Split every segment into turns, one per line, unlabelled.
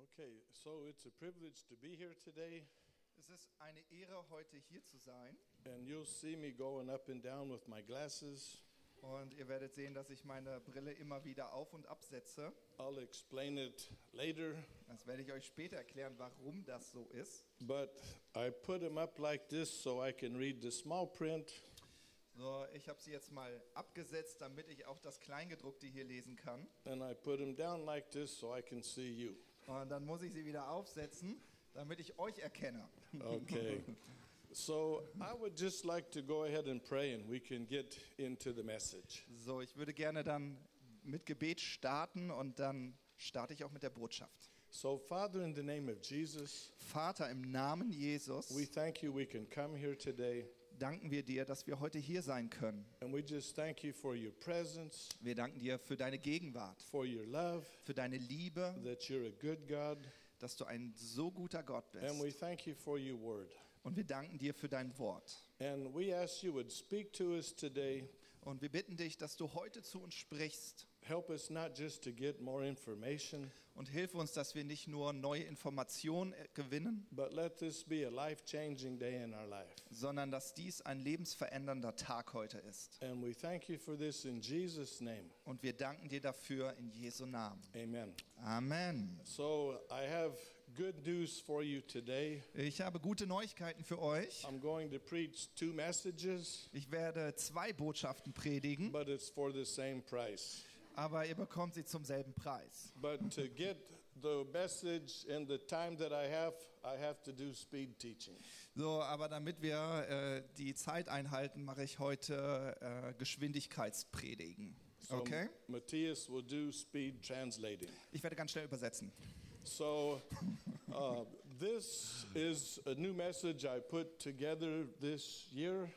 Okay, so it's a privilege to be here today,
Es ist eine Ehre, heute hier zu sein.
and you'll see me going up and down with my glasses.
Und ihr werdet sehen, dass ich meine Brille immer wieder auf und absetze.
I'll explain it later,
Das werde ich euch später erklären, warum das so ist.
but I put them up like this so I can read the small print.
So, ich habe sie jetzt mal abgesetzt, damit ich auch das Kleingedruckte hier lesen kann.
And I put them down like this so I can see you.
Und dann muss ich sie wieder aufsetzen, damit ich euch erkenne.
Okay. so I would just like to go ahead and pray and we can get into the message.
So, ich würde gerne dann mit Gebet starten und dann starte ich auch mit der Botschaft.
So, Father, in the name of Jesus,
Vater, im Namen Jesus
we thank you we can come here today.
danken wir dir, dass wir heute hier sein können.
And we just thank you for your presence,
Wir danken dir für deine Gegenwart,
for your love.
für deine Liebe,
that you're a good God,
dass du ein so guter Gott
and
bist.
we thank you for your word.
Und wir danken dir für dein Wort.
And we ask you would speak to us today.
Und wir bitten dich, dass du heute zu uns sprichst
Help us not just to get more information,
und hilf uns, dass wir nicht nur neue Informationen äh, gewinnen,
but let this be a life changing day in our life.
sondern dass dies ein lebensverändernder Tag heute ist.
And we thank you for this in Jesus' name.
Und wir danken dir dafür in Jesu Namen.
Amen.
Amen.
So I have good news for you today.
Ich habe gute Neuigkeiten für euch.
I'm going to preach two messages,
Ich werde zwei Botschaften predigen,
but it's for the same price.
aber ihr bekommt sie zum selben Preis.
But to get the message in the time that I have, I have to do speed teaching.
So, aber damit wir äh, die Zeit einhalten, mache ich heute äh, Geschwindigkeitspredigen.
So
Okay?
Matthias will do speed translating.
Ich werde ganz schnell übersetzen.
So uh, this is a new message I put together this year,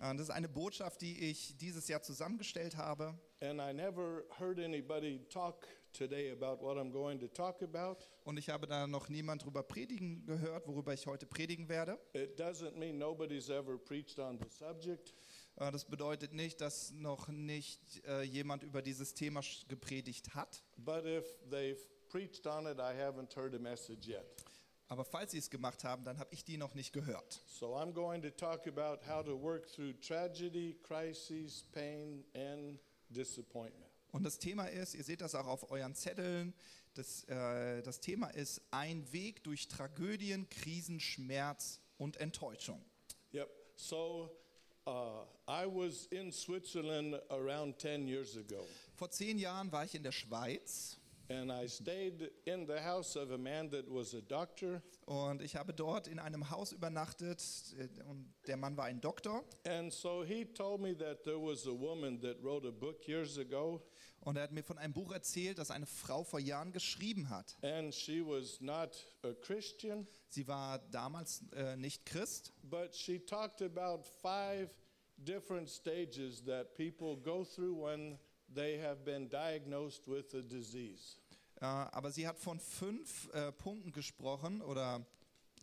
Äh, Das ist eine Botschaft, die ich dieses Jahr zusammengestellt habe.
and I never heard anybody talk today about what I'm going to talk about.
Und ich habe da noch niemand drüber predigen gehört, worüber ich heute predigen werde.
It doesn't mean nobody's ever preached on the subject,
Äh, Das bedeutet nicht, dass noch nicht äh, jemand über dieses Thema sch- gepredigt hat.
but if they've preached on it, I haven't heard a message yet.
Aber falls sie es gemacht haben, dann habe ich die noch nicht gehört.
So I'm going to talk about how to work through tragedy, crises, pain, and disappointment.
Und das Thema ist, ihr seht das auch auf euren Zetteln, das, äh, das Thema ist ein Weg durch Tragödien, Krisen, Schmerz und Enttäuschung.
Yep. So uh, I was in Switzerland around 10 years ago,
Vor zehn Jahren war ich in der Schweiz
and I stayed in the house of a man that was a doctor,
und ich habe dort in einem Haus übernachtet äh, und der Mann war ein Doktor
and so he told me that there was a woman that wrote a book years ago,
und er hat mir von einem Buch erzählt, das eine Frau vor Jahren geschrieben hat.
and she was not a Christian,
Sie war damals äh, nicht Christ,
but she talked about five different stages that people go through when they have been diagnosed with a disease.
äh, aber sie hat von fünf äh, Punkten gesprochen oder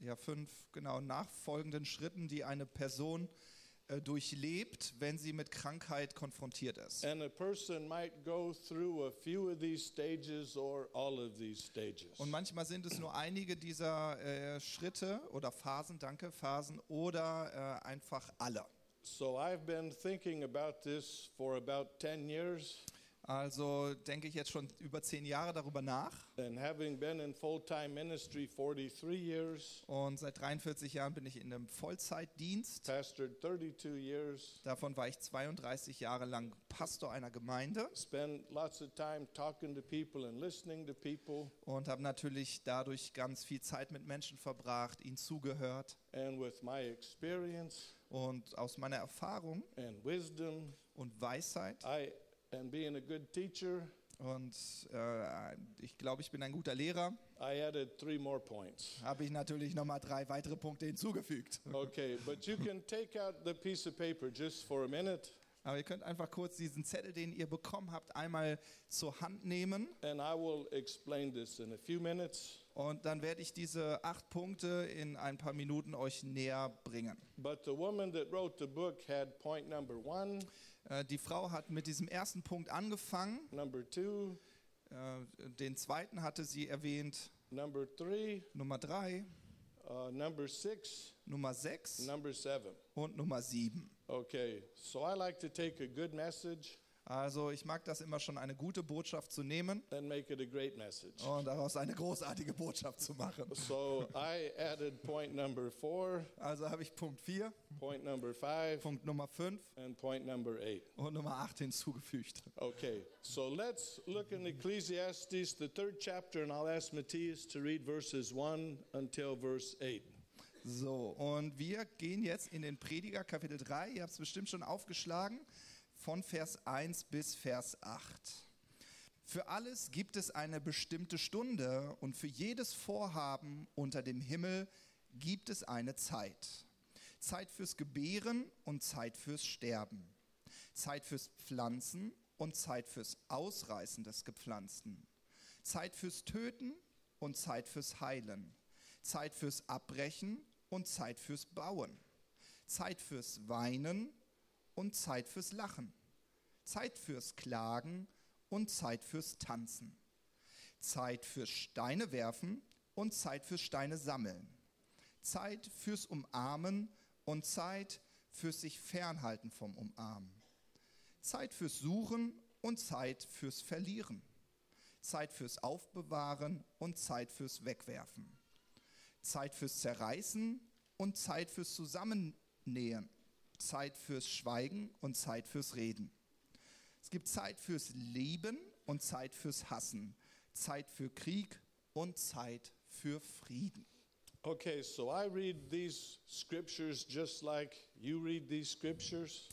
ja fünf genau nachfolgenden Schritten, die eine Person äh, durchlebt, wenn sie mit Krankheit konfrontiert ist.
And a person might go through a few of these stages or all of these stages.
Und manchmal sind es nur einige dieser äh, Schritte oder Phasen, danke, Phasen oder äh, einfach alle.
So I've been thinking about this for about 10 years.
Also denke ich jetzt schon über zehn Jahre darüber nach.
And having been in full time ministry 43 years,
Und seit 43 Jahren bin ich in einem Vollzeitdienst.
pastored 32 years,
Davon war ich 32 Jahre lang Pastor einer Gemeinde
spend lots of time talking to people and listening to people.
und habe natürlich dadurch ganz viel Zeit mit Menschen verbracht, ihnen zugehört.
And with my experience
Und aus meiner Erfahrung
and wisdom,
und Weisheit
I and being a good teacher,
und äh, ich glaube, ich bin ein guter Lehrer,
I added three more points.
habe ich natürlich nochmal drei weitere Punkte hinzugefügt.
Okay, but you can take out the piece of paper just for a minute,
Aber ihr könnt einfach kurz diesen Zettel, den ihr bekommen habt, einmal zur Hand nehmen
and I will explain this in a few minutes.
und dann werde ich diese acht Punkte in ein paar Minuten euch näher bringen.
But the woman that wrote the book had point number one,
Äh, Die Frau hat mit diesem ersten Punkt angefangen,
number two,
äh, den zweiten hatte sie erwähnt,
number three,
Nummer 3,
uh, number six,
Nummer 6
number seven.
und Nummer 7.
Okay, so I like to take a good message
Also ich mag das immer schon, eine gute Botschaft zu nehmen
and make it a great message.
und daraus eine großartige Botschaft zu machen.
So I added point number four,
Also habe ich Punkt 4,
point number five,
Punkt Nummer 5
and point number eight.
und Nummer 8 hinzugefügt.
Okay, so let's look in Ecclesiastes, the third chapter, and I'll ask Matthias to read verses 1 until verse 8.
So, und wir gehen jetzt in den Prediger Kapitel 3, ihr habt es bestimmt schon aufgeschlagen, von Vers 1 bis Vers 8. Für alles gibt es eine bestimmte Stunde und für jedes Vorhaben unter dem Himmel gibt es eine Zeit. Zeit fürs Gebären und Zeit fürs Sterben. Zeit fürs Pflanzen und Zeit fürs Ausreißen des Gepflanzten. Zeit fürs Töten und Zeit fürs Heilen. Zeit fürs Abbrechen und Zeit fürs Bauen. Zeit fürs Weinen und Zeit fürs Lachen. Zeit fürs Klagen und Zeit fürs Tanzen. Zeit fürs Steine werfen und Zeit fürs Steine sammeln. Zeit fürs Umarmen und Zeit fürs sich fernhalten vom Umarmen. Zeit fürs Suchen und Zeit fürs Verlieren. Zeit fürs Aufbewahren und Zeit fürs Wegwerfen. Zeit fürs Zerreißen und Zeit fürs Zusammennähen. Zeit fürs Schweigen und Zeit fürs Reden. Es gibt Zeit fürs Lieben und Zeit fürs Hassen. Zeit für Krieg und Zeit für Frieden.
Okay, so I read these scriptures just like you read these scriptures,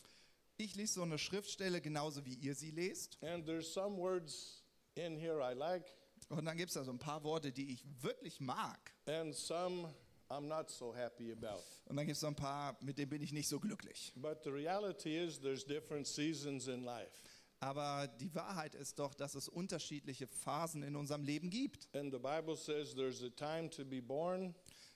Ich lese so eine Schriftstelle genauso wie ihr sie lest.
and there's some words in here I like,
Und dann gibt es da so ein paar Worte, die ich wirklich mag.
and some I'm not so happy about.
Und dann gibt es so ein paar, mit denen bin ich nicht so glücklich.
But the reality is, there's different seasons in life,
Aber die Wahrheit ist doch, dass es unterschiedliche Phasen in unserem Leben gibt.
and the Bible says there's a time to be born.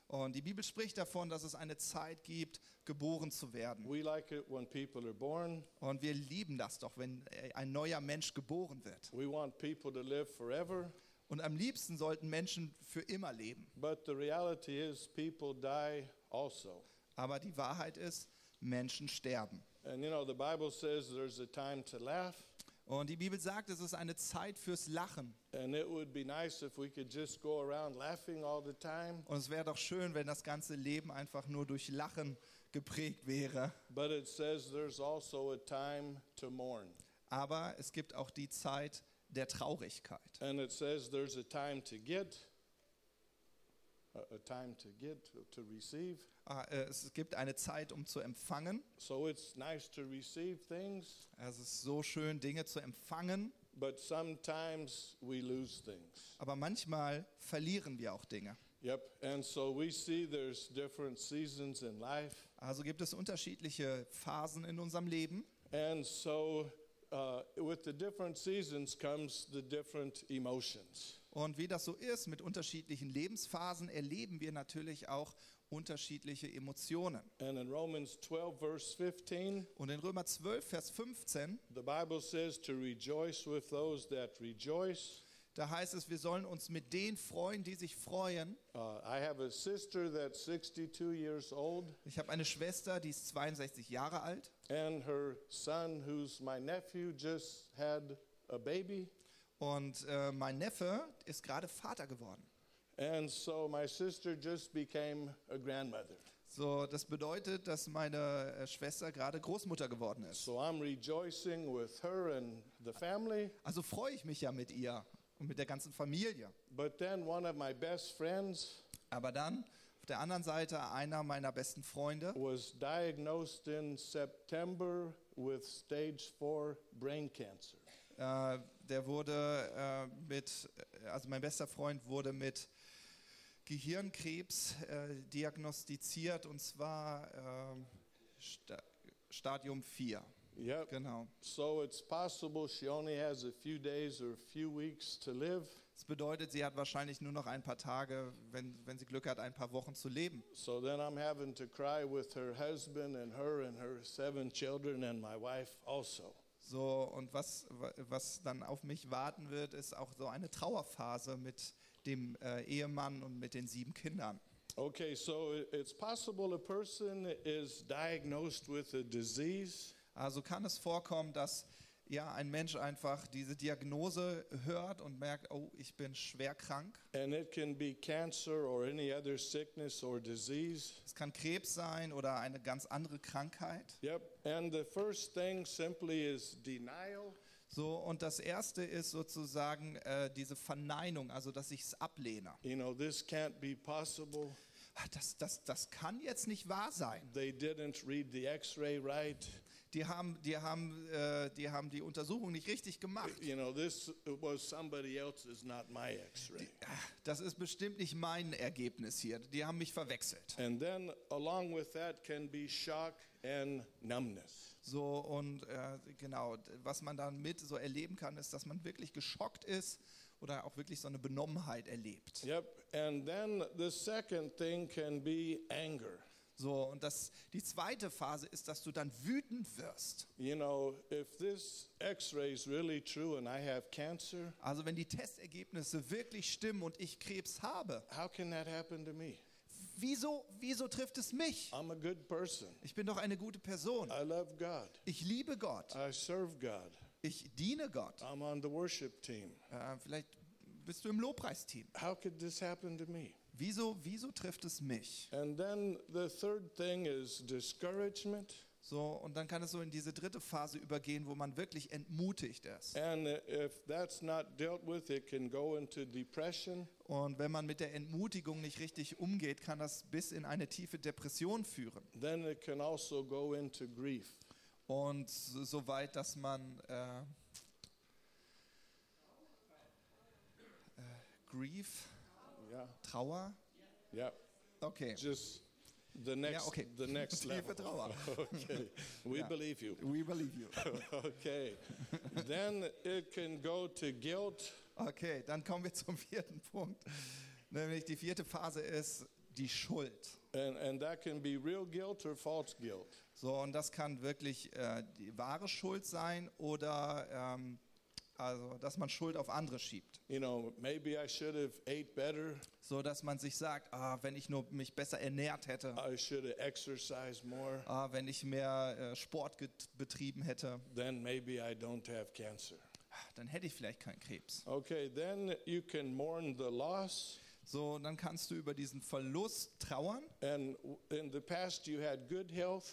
Und die Bibel spricht davon, dass es eine Zeit gibt, geboren zu werden.
We like it when people are born.
Und wir lieben das doch, wenn ein neuer Mensch geboren wird.
We want people to live forever.
Und am liebsten sollten Menschen für immer leben.
But the reality is, people die also.
Aber die Wahrheit ist, Menschen sterben.
And you know, the Bible says there's a time to laugh,
Und die Bibel sagt, es ist eine Zeit fürs Lachen.
and it would be nice if we could just go around laughing all the time.
Und es wäre doch schön, wenn das ganze Leben einfach nur durch Lachen geprägt wäre.
But it says there's also a time to mourn,
Aber es gibt auch die Zeit der Traurigkeit.
and it says there's a time to get, a, a time to get, to receive.
Ah, äh, Es gibt eine Zeit, um zu empfangen.
So it's nice to receive things,
Es ist so schön, Dinge zu empfangen.
but sometimes we lose things.
Aber manchmal verlieren wir auch Dinge.
Yep. And so we see there's different seasons in life.
Also gibt es unterschiedliche Phasen in unserem Leben.
And so uh, with the different seasons comes the different emotions.
Und wie das so ist, mit unterschiedlichen Lebensphasen erleben wir natürlich auch unterschiedliche Emotionen.
And in Romans 12, verse 15,
Und in Römer 12, Vers 15,
the Bible says to rejoice with those that rejoice.
da heißt es, wir sollen uns mit denen freuen, die sich freuen.
Uh, I have a sister that's 62 years old,
Ich habe eine Schwester, die ist 62 Jahre alt.
and her son, who's my nephew, just had a baby.
Und äh, mein Neffe ist gerade Vater geworden.
And so my sister just became a grandmother.
So, das bedeutet, dass meine äh, Schwester gerade Großmutter geworden ist.
So I'm rejoicing with her and the family.
Also freue ich mich ja mit ihr und mit der ganzen Familie.
But then one of my best friends
Aber dann auf der anderen Seite einer meiner besten Freunde
was diagnosed in September with stage four brain cancer.
Äh, der wurde äh, mit, also mein bester Freund wurde mit Gehirnkrebs äh, diagnostiziert und zwar ähm, Sta Stadium 4.
Yep.
Genau.
So it's possible she only has a few days or a few weeks to live.
Das bedeutet, sie hat wahrscheinlich nur noch ein paar Tage, wenn, wenn sie Glück hat, ein paar Wochen zu leben.
So then I'm having to cry with her husband and her and her seven children and my wife also.
So, und was, wa- was dann auf mich warten wird, ist auch so eine Trauerphase mit dem äh, Ehemann und mit den sieben Kindern.
Okay, so it- it's possible a person is diagnosed with a disease
Also kann es vorkommen, dass ja ein Mensch einfach diese Diagnose hört und merkt, oh, ich bin schwer krank.
and it can be cancer or any other sickness or disease.
Es kann Krebs sein oder eine ganz andere Krankheit.
Yep. And the first thing simply is denial.
So und das erste ist sozusagen äh, diese Verneinung, also dass ich es ablehne.
You know, this can't be possible.
Ah, Das, das, das kann jetzt nicht wahr sein.
They didn't read the x ray right.
Die haben, die haben, äh, die haben die Untersuchung nicht richtig gemacht.
You know, this was somebody else's, not my x ray.
Ah, Das ist bestimmt nicht mein Ergebnis hier. Die haben mich verwechselt.
And then, along with that, can be shock and numbness.
So und äh, genau, d- was man dann mit so erleben kann, ist, dass man wirklich geschockt ist oder auch wirklich so eine Benommenheit erlebt.
Yep. And then the second thing can be anger.
So und das, die zweite Phase ist, dass du dann wütend wirst.
You know, if this x ray is really true and I have cancer,
Also wenn die Testergebnisse wirklich stimmen und ich Krebs habe,
how can that happen to me?
wieso, wieso trifft es mich?
I'm a good person.
Ich bin doch eine gute Person.
I love God.
Ich liebe Gott.
I serve God.
Ich diene Gott.
I'm on the worship team.
Äh, vielleicht bist du im Lobpreisteam.
How could this happen to me?
Wieso, wieso trifft es mich?
And then the third thing is discouragement.
So, und dann kann es so in diese dritte Phase übergehen, wo man wirklich entmutigt ist.
And if that's not dealt with, it can go into depression.
Und wenn man mit der Entmutigung nicht richtig umgeht, kann das bis in eine tiefe Depression führen.
Then it can also go into grief.
Und so so weit, dass man äh, äh, Grief,
Yeah,
Trauer,
yeah.
okay,
Just the next,
okay.
the next
tiefe
level.
Trauer.
Okay, we
Yeah.
believe you.
We believe you.
okay, then it can go to guilt.
Okay, dann kommen wir zum vierten Punkt. Nämlich die vierte Phase ist die Schuld.
And, and that can be real guilt or false guilt.
So, und das kann wirklich äh, die wahre Schuld sein oder ähm, also, dass man Schuld auf andere schiebt.
You know, maybe I should have ate better.
So, dass man sich sagt, ah, wenn ich nur mich besser ernährt hätte,
I should have exercised more.
ah, wenn ich mehr äh, Sport get- betrieben hätte,
Then maybe I don't have cancer.
ah, dann hätte ich vielleicht keinen Krebs.
Okay, then you can mourn the loss.
So, und dann kannst du über diesen Verlust trauern.
And w- in the past, you had good health.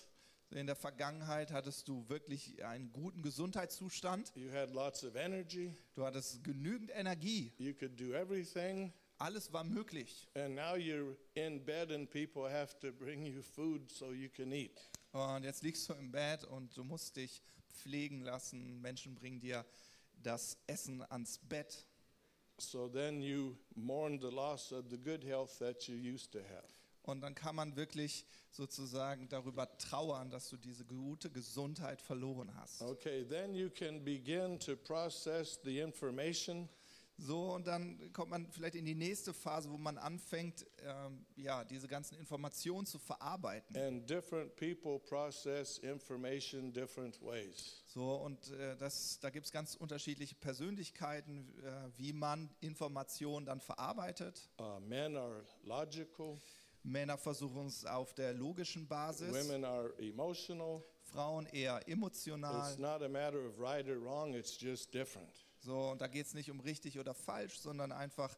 In der Vergangenheit hattest du wirklich einen guten Gesundheitszustand.
You had lots of energy.
Du hattest genügend Energie.
You could do everything.
Alles war möglich.
And now you're in bed, and people have to bring you food so you can eat.
Und jetzt liegst du im Bett und du musst dich pflegen lassen. Menschen bringen dir das Essen ans Bett.
So then you mourn the loss of the good health that you used to have.
Und dann kann man wirklich sozusagen darüber trauern, dass du diese gute Gesundheit verloren hast.
Okay, then you can begin to process the information.
So, und dann kommt man vielleicht in die nächste Phase, wo man anfängt, ähm, ja, diese ganzen Informationen zu verarbeiten.
And different people process information different ways.
So, und äh, das, da gibt es ganz unterschiedliche Persönlichkeiten, äh, wie man Informationen dann verarbeitet.
Uh, men are logical,
Männer versuchen es auf der logischen Basis.
women are emotional.
Frauen eher
It's
emotional.
not a matter of right or wrong, it's just different.
So, und da geht es nicht um richtig oder falsch, sondern einfach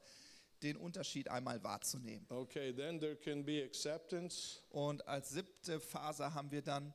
den Unterschied einmal wahrzunehmen.
Okay, then there can be acceptance.
Und als siebte Phase haben wir dann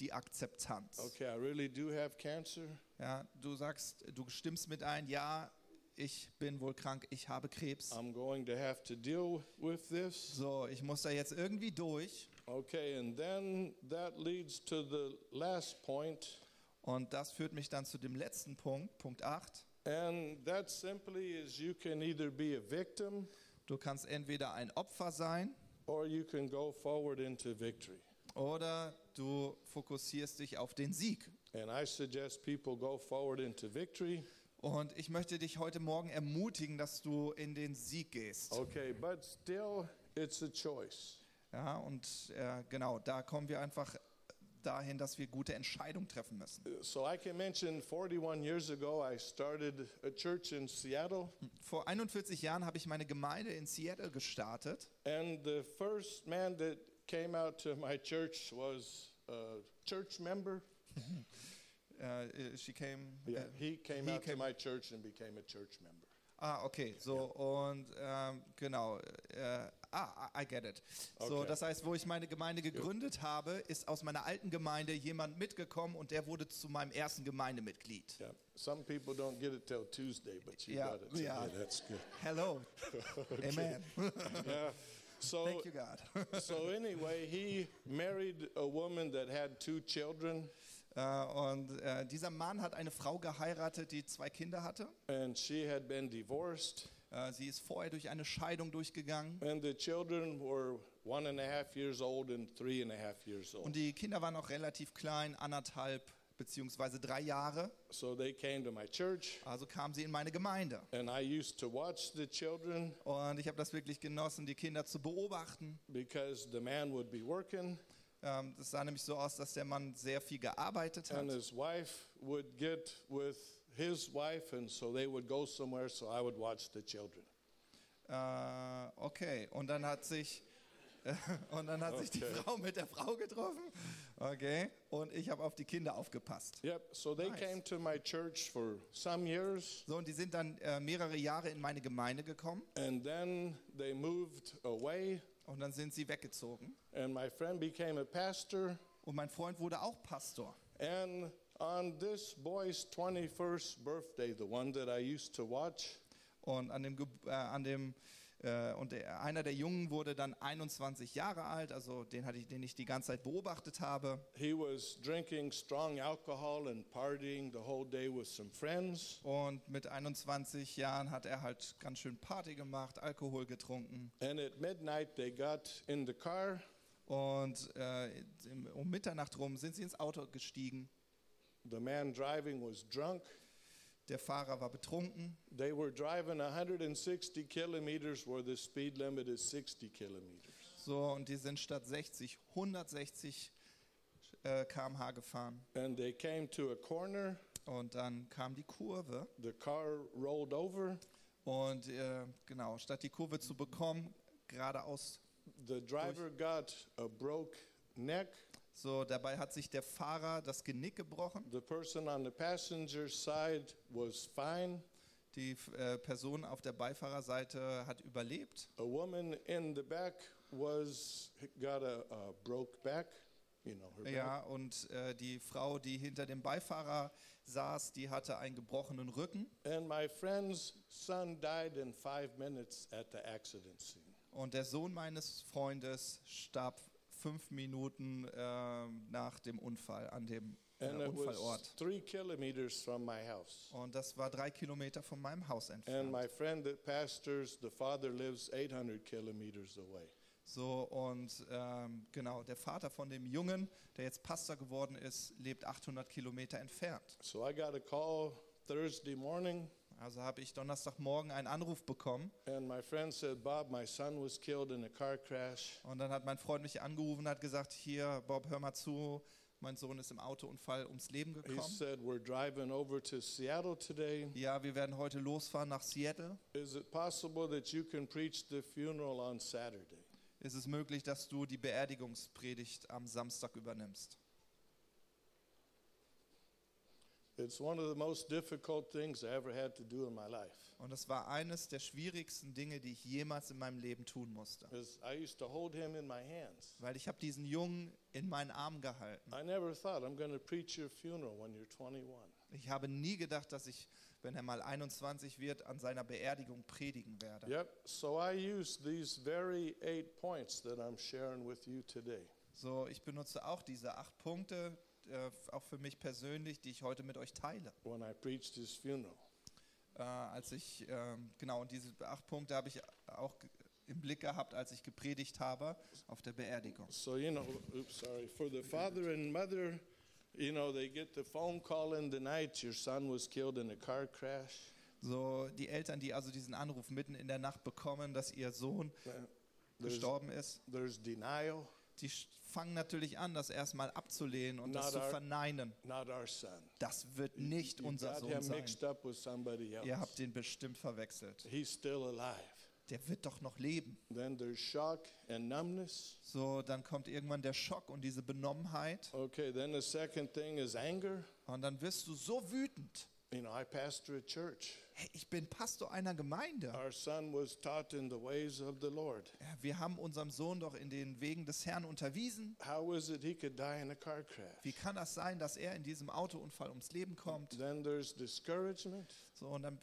die Akzeptanz.
Okay, I really do have cancer.
Ja, du sagst, du stimmst mit ein, ja, ich bin wohl krank, ich habe Krebs.
I'm going to have to deal with this.
So, ich muss da jetzt irgendwie durch.
Okay, and then that leads to the last point,
Und das führt mich dann zu dem letzten Punkt, Punkt 8.
and that simply is you can either be a victim
Du kannst entweder ein Opfer sein
or you can go forward into victory.
oder du fokussierst dich auf den Sieg.
And I suggest people go forward into victory.
Und ich möchte dich heute Morgen ermutigen, dass du in den Sieg gehst.
Okay, but still, it's a choice.
Ja, und äh, genau, da kommen wir einfach dahin, dass wir gute Entscheidungen treffen müssen.
So I can mention 41 years ago, I started a church in Seattle,
Vor 41 Jahren habe ich meine Gemeinde in Seattle gestartet
and the first man that came out to my church was a church member.
Äh, äh, she came.
Yeah,
äh,
he came
he
out to
came-
my church and became a church member.
ah, okay, so und ähm, genau. Äh, ah, I I get it. So,
Okay.
das heißt, wo ich meine Gemeinde gegründet habe, ist aus meiner alten Gemeinde jemand mitgekommen und der wurde zu meinem ersten Gemeindemitglied.
Yeah. Some people don't get it till Tuesday, but you
Yeah,
got it.
yeah.
today. that's good.
Hello, Amen.
Yeah. So,
Thank you, God.
so anyway, he married a woman that had two children,
Äh, und äh, dieser Mann hat eine Frau geheiratet, die zwei Kinder hatte.
and she had been divorced,
Äh, sie ist vorher durch eine Scheidung durchgegangen.
and the children were one and a half years old and three and a half years old.
Und die Kinder waren auch relativ klein, anderthalb beziehungsweise drei Jahre.
So they came to my church,
Also kamen sie in meine Gemeinde.
and I used to watch the children
Und ich habe das wirklich genossen, die Kinder zu beobachten.
because the man would be working,
Ähm, Es sah nämlich so aus, dass der Mann sehr viel gearbeitet
and
hat.
his wife would get with his wife, and so they would go somewhere, so I would watch the children.
Äh, okay, und dann hat sich und dann hat sich die
Okay.
Frau mit der Frau getroffen. Okay, und ich habe auf die Kinder aufgepasst.
Yep, so they
Nice.
came to my church for some years,
So, und die sind dann äh, mehrere Jahre in meine Gemeinde gekommen
and then they moved away,
und dann sind sie weggezogen.
and my friend became a pastor.
Und mein Freund wurde auch Pastor.
And on this boy's 21st birthday, the one that I used to watch,
Und an dem, Geb- äh, an dem äh, und der, einer der Jungen wurde dann 21 Jahre alt, also den hatte ich, den ich die ganze Zeit beobachtet habe.
he was drinking strong alcohol and partying the whole day with some friends.
Und mit 21 Jahren hat er halt ganz schön Party gemacht, Alkohol getrunken.
And at midnight, they got in the car.
Und äh, im- um Mitternacht rum sind sie ins Auto gestiegen.
The man driving was drunk.
Der Fahrer war betrunken.
They were driving 160 kilometers where the speed limit is 60 kilometers.
So, und die sind statt 60 160 äh, km/h gefahren.
And they came to a corner.
Und dann kam die Kurve.
The car rolled over.
Und äh, genau, statt die Kurve zu bekommen, geradeaus
The driver got a broke neck.
So, dabei hat sich der Fahrer das Genick gebrochen.
The person on the passenger side was fine.
Die äh, Person auf der Beifahrerseite hat überlebt.
A woman in the back was got a, a broke back, you know, her back.
Ja, und äh, die Frau, die hinter dem Beifahrer saß, die hatte einen gebrochenen Rücken.
And my friend's son died in five minutes at the accident scene.
Und der Sohn meines Freundes starb fünf Minuten ähm, nach dem Unfall an dem äh,
And it was
Unfallort.
three kilometers from my house.
Und das war drei Kilometer von meinem Haus
And
entfernt.
my friend that pastors, the father lives 800 kilometers away.
So, und ähm, genau, der Vater von dem Jungen, der jetzt Pastor geworden ist, lebt 800 Kilometer entfernt.
So I got a call Thursday morning,
Also habe ich Donnerstagmorgen einen Anruf bekommen
and my friend said, Bob, my son was killed in a car crash.
und dann hat mein Freund mich angerufen und hat gesagt, hier Bob, hör mal zu, mein Sohn ist im Autounfall ums Leben
He
gekommen.
said, We're driving over to Seattle today.
Ja, wir werden heute losfahren nach Seattle.
Is it possible that you can preach the funeral on Saturday?
Ist es möglich, dass du die Beerdigungspredigt am Samstag übernimmst?
It's one of the most difficult things I ever had to do in my life.
Und das war eines der schwierigsten Dinge, die ich jemals in meinem Leben tun musste.
'Cause I used to hold him in my hands.
Weil ich habe diesen Jungen in meinen Arm gehalten.
I never thought I'm going to preach your funeral when you're 21.
Ich habe nie gedacht, dass ich, wenn er mal 21 wird, an seiner Beerdigung predigen werde.
Yep. So I use these very eight points that I'm sharing with you today.
So, ich benutze auch diese acht Punkte, äh, auch für mich persönlich, die ich heute mit euch teile.
When I preached his funeral,
Äh, als ich, ähm, genau, und diese acht Punkte habe ich auch ge- im Blick gehabt, als ich gepredigt habe auf der Beerdigung.
so you know, oops, sorry. For the father and mother, you know, they get the phone call in the night. Your son was killed in a car crash.
So, die Eltern, die also diesen Anruf mitten in der Nacht bekommen, dass ihr Sohn
There's,
gestorben ist,
there's denial.
die sch- fangen natürlich an, das erstmal abzulehnen und das
Not
zu
our-
verneinen.
not our son.
Das wird nicht
You
unser
got
Sohn
him
sein.
mixed up with somebody else.
Ihr habt den bestimmt verwechselt.
He's still alive.
Der wird doch noch leben.
Then there's shock and numbness.
So, dann kommt irgendwann der Schock und diese Benommenheit.
Okay, then the second thing is anger.
Und dann wirst du so wütend.
You know, I pastor a church.
Hey, ich bin Pastor einer Gemeinde.
Our son was taught in the ways of the Lord.
Ja, Wir haben unserem Sohn doch in den Wegen des Herrn unterwiesen.
How is it he could die in a car crash?
Wie kann das sein, dass er in diesem Autounfall ums Leben kommt?
Then there's discouragement,
So, und dann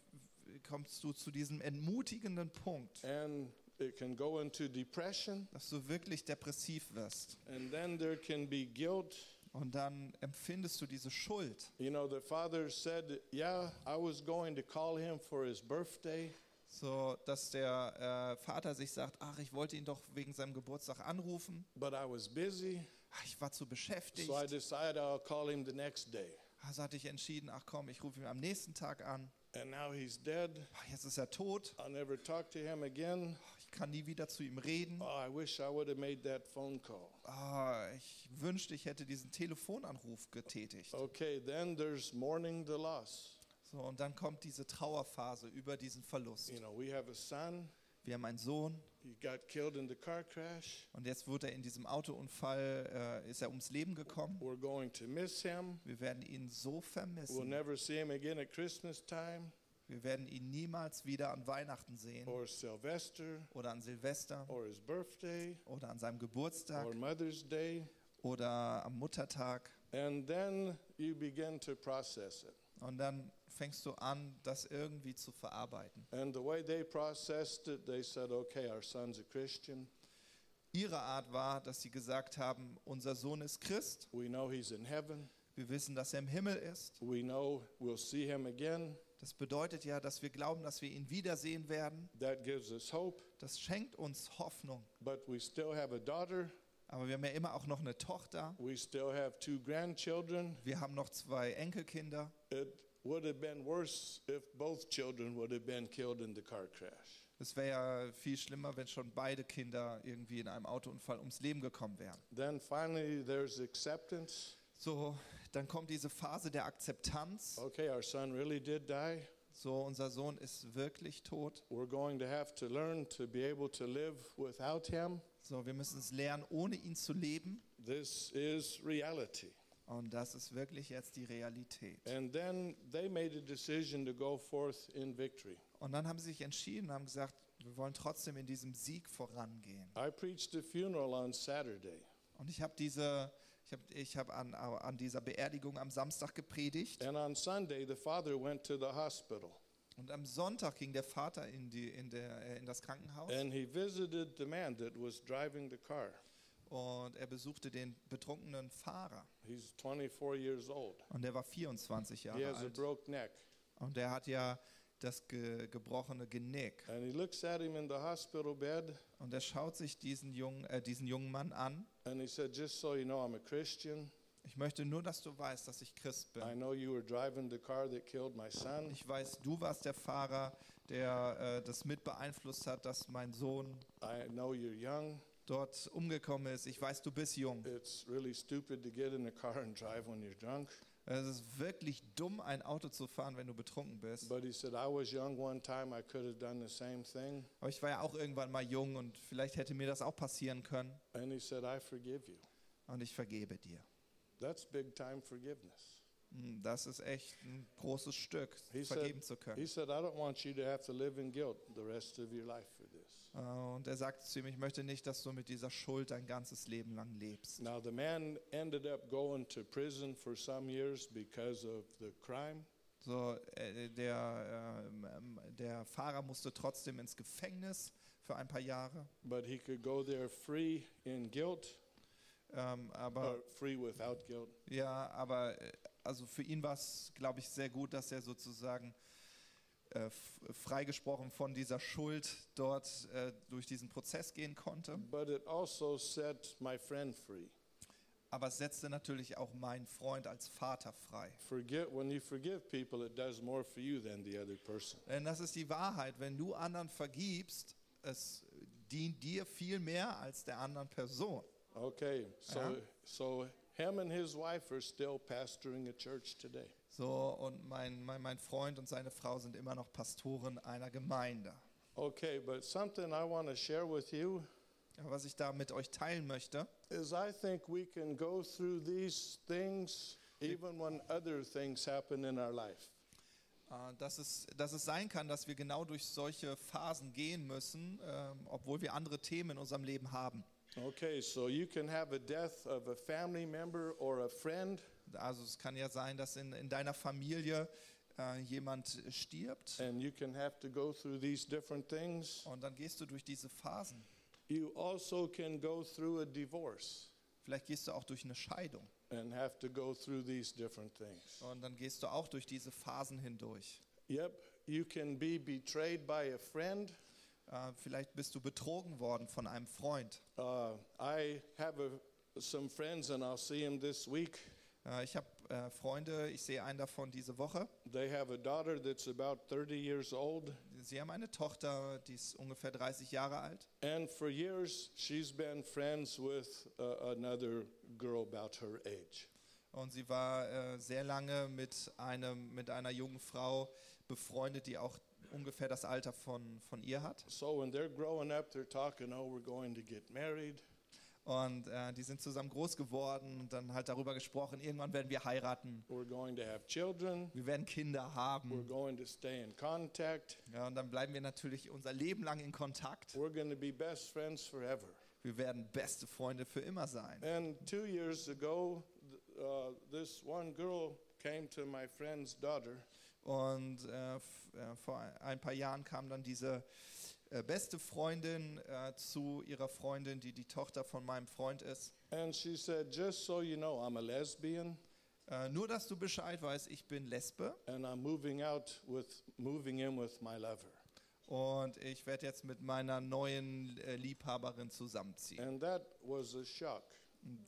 kommst du zu diesem entmutigenden Punkt,
and it can go into depression,
dass du wirklich depressiv wirst.
and then there can be guilt.
Und dann empfindest du diese Schuld.
You know, the father said, Yeah, I was going to call him for his birthday,
So, dass der äh, Vater sich sagt, ach, ich wollte ihn doch wegen seinem Geburtstag anrufen.
but I was busy,
Ach, ich war zu beschäftigt.
so I decided I'll call him the next day.
Also hatte ich entschieden, ach komm, ich rufe ihn am nächsten Tag an.
And now he's dead.
Ach, jetzt ist er tot.
I'll never talk to him again.
Ach, Ich kann nie wieder zu ihm reden.
Oh, I wish I would have made that phone call.
Ah, ich wünschte, ich hätte diesen Telefonanruf getätigt.
Okay, then there's mourning the loss.
So, und dann kommt diese Trauerphase über diesen Verlust.
You know, we have a son.
Wir haben einen Sohn
He got killed in the car crash.
und jetzt wird er in diesem Autounfall, äh, ist er ums Leben gekommen.
We're going to miss him.
Wir werden ihn so
We'll
vermissen.
never see him again at Christmas time
Wir werden ihn niemals wieder an Weihnachten sehen
or Sylvester
oder an Silvester
or his birthday
oder an seinem
or ne.
Geburtstag
Mother's Day.
oder am Muttertag.
And then you begin to process it.
Und dann fängst du an, das irgendwie zu verarbeiten.
And the way they processed it, they said, okay, our son's a Christian.
Ihre Art war, dass sie gesagt haben, unser Sohn ist Christ,
We know he's in heaven.
wir wissen, dass er im Himmel ist.
We know we'll see him again.
Das bedeutet ja, dass wir glauben, dass wir ihn wiedersehen werden.
That gives us hope.
Das schenkt uns Hoffnung.
But we still have a daughter.
Aber wir haben ja immer auch noch eine Tochter.
We still have two grandchildren.
Wir haben noch zwei Enkelkinder.
It would have been worse if both children would have been killed in the car crash.
Es wäre ja viel schlimmer, wenn schon beide Kinder irgendwie in einem Autounfall ums Leben gekommen wären.
Then finally, there's acceptance.
So, dann kommt diese Phase der Akzeptanz.
Okay, our son really did die.
So, unser Sohn ist wirklich tot.
We're going to have to learn to be able to live without him.
So, wir müssen es lernen, ohne ihn zu leben.
This is reality.
Und das ist wirklich jetzt die Realität.
And then they made a decision to go forth in victory.
Und dann haben sie sich entschieden und haben gesagt, wir wollen trotzdem in diesem Sieg vorangehen.
I preached a funeral on Saturday,
Und ich habe diese, ich habe ich hab an, an dieser Beerdigung am Samstag gepredigt.
and on Sunday, the father went to the hospital
Und am Sonntag ging der Vater in, die, in, der, äh, in das Krankenhaus
and he visited the man that was driving the car.
und er besuchte den betrunkenen Fahrer.
He's 24 years old.
Und der war 24
He
Jahre
has a
alt.
broke neck.
Und der hat ja das ge gebrochene Genick.
And he looks at him in the hospital bed
Und er schaut sich diesen jungen, äh, diesen jungen Mann an.
and he said, Just so you know, I'm a Christian.
Ich möchte nur, dass du weißt, dass ich Christ bin.
I know you were driving the car that killed my son.
Ich weiß, du warst der Fahrer, der äh, das mit beeinflusst hat, dass mein Sohn
I know you're young.
dort umgekommen ist. Ich weiß, du bist jung.
It's really stupid to get in a car and drive when you're drunk.
Es ist wirklich dumm, ein Auto zu fahren, wenn du betrunken bist.
But he said, I was young one time. I could have done the same thing.
Aber ich war ja auch irgendwann mal jung und vielleicht hätte mir das auch passieren können.
And he said, I forgive you.
Und ich vergebe dir.
That's big time forgiveness.
Hm, Das ist echt ein großes Stück,
He said-
vergeben zu können.
He said, I don't want you to have to live in guilt the rest of your life for this.
Äh, Und er sagt zu ihm, ich möchte nicht, dass du mit dieser Schuld dein ganzes Leben lang lebst.
Now, the man ended up going to prison for some years because of the crime.
So, äh, der, ähm, ähm, der Fahrer musste trotzdem ins Gefängnis für ein paar Jahre,
But he could go there free in guilt,
ähm, aber
or free without guilt.
ja, aber äh, also für ihn war es, glaube ich, sehr gut, dass er sozusagen äh, f- freigesprochen von dieser Schuld dort äh, durch diesen Prozess gehen konnte.
But it also set my friend free.
Aber es setzte natürlich auch meinen Freund als Vater frei.
Forget when you forgive people, it does more for you than the other person.
Denn das ist die Wahrheit. Wenn du anderen vergibst, es dient dir viel mehr als der anderen Person.
Okay, so
Uh-huh.
so him and his wife are still pastoring a church today.
So, und mein, mein, mein Freund und seine Frau sind immer noch Pastoren einer Gemeinde.
Okay, but something I want to share with you
Aber was ich da mit euch teilen möchte,
is I think we can go through these things even when other things happen in our life.
äh, dass es, dass es sein kann, dass wir genau durch solche Phasen gehen müssen, ähm, obwohl wir andere Themen in unserem Leben haben.
Okay, so you can have a death of a family member or a friend,
Also es kann ja sein, dass in, in deiner Familie äh, jemand stirbt
and you can have to go through these different things.
und dann gehst du durch diese Phasen.
You also can go through a divorce
Vielleicht gehst du auch durch eine Scheidung
and have to go through these different things.
und dann gehst du auch durch diese Phasen hindurch.
Yep, you can be betrayed by a friend.
Äh, vielleicht bist du betrogen worden von einem Freund.
Uh, I have a, some friends, and I'll see them this week.
Äh, ich habe äh, Freunde, ich sehe einen davon diese Woche.
They have a daughter that's about 30 years old,
Sie haben eine Tochter, die ist ungefähr 30 Jahre alt.
and for years she's been friends with uh, another girl about her age.
Und sie war äh, sehr lange mit, einem, mit einer jungen Frau befreundet, die auch ungefähr das Alter von, von ihr hat.
So when they're growing up, they're talking, oh, we're going to get married.
Und äh, die sind zusammen groß geworden und dann halt darüber gesprochen, irgendwann werden wir heiraten,
We're going to have children.
wir werden Kinder
We're
haben.
going to stay in contact.
Ja, und dann bleiben wir natürlich unser Leben lang in Kontakt.
We're going to be best friends forever.
Wir werden beste Freunde für immer sein.
And two years ago, th- uh, this one girl came to my friend's daughter
Und äh, f- äh, vor ein paar Jahren kam dann diese äh, beste Freundin äh, zu ihrer Freundin, die die Tochter von meinem Freund ist.
and she said, Just so you know, I'm a lesbian
Äh, nur, dass du Bescheid weißt, ich bin Lesbe
and I'm moving out with, moving in with my lover.
und ich werde jetzt mit meiner neuen äh, Liebhaberin zusammenziehen.
And that was a shock.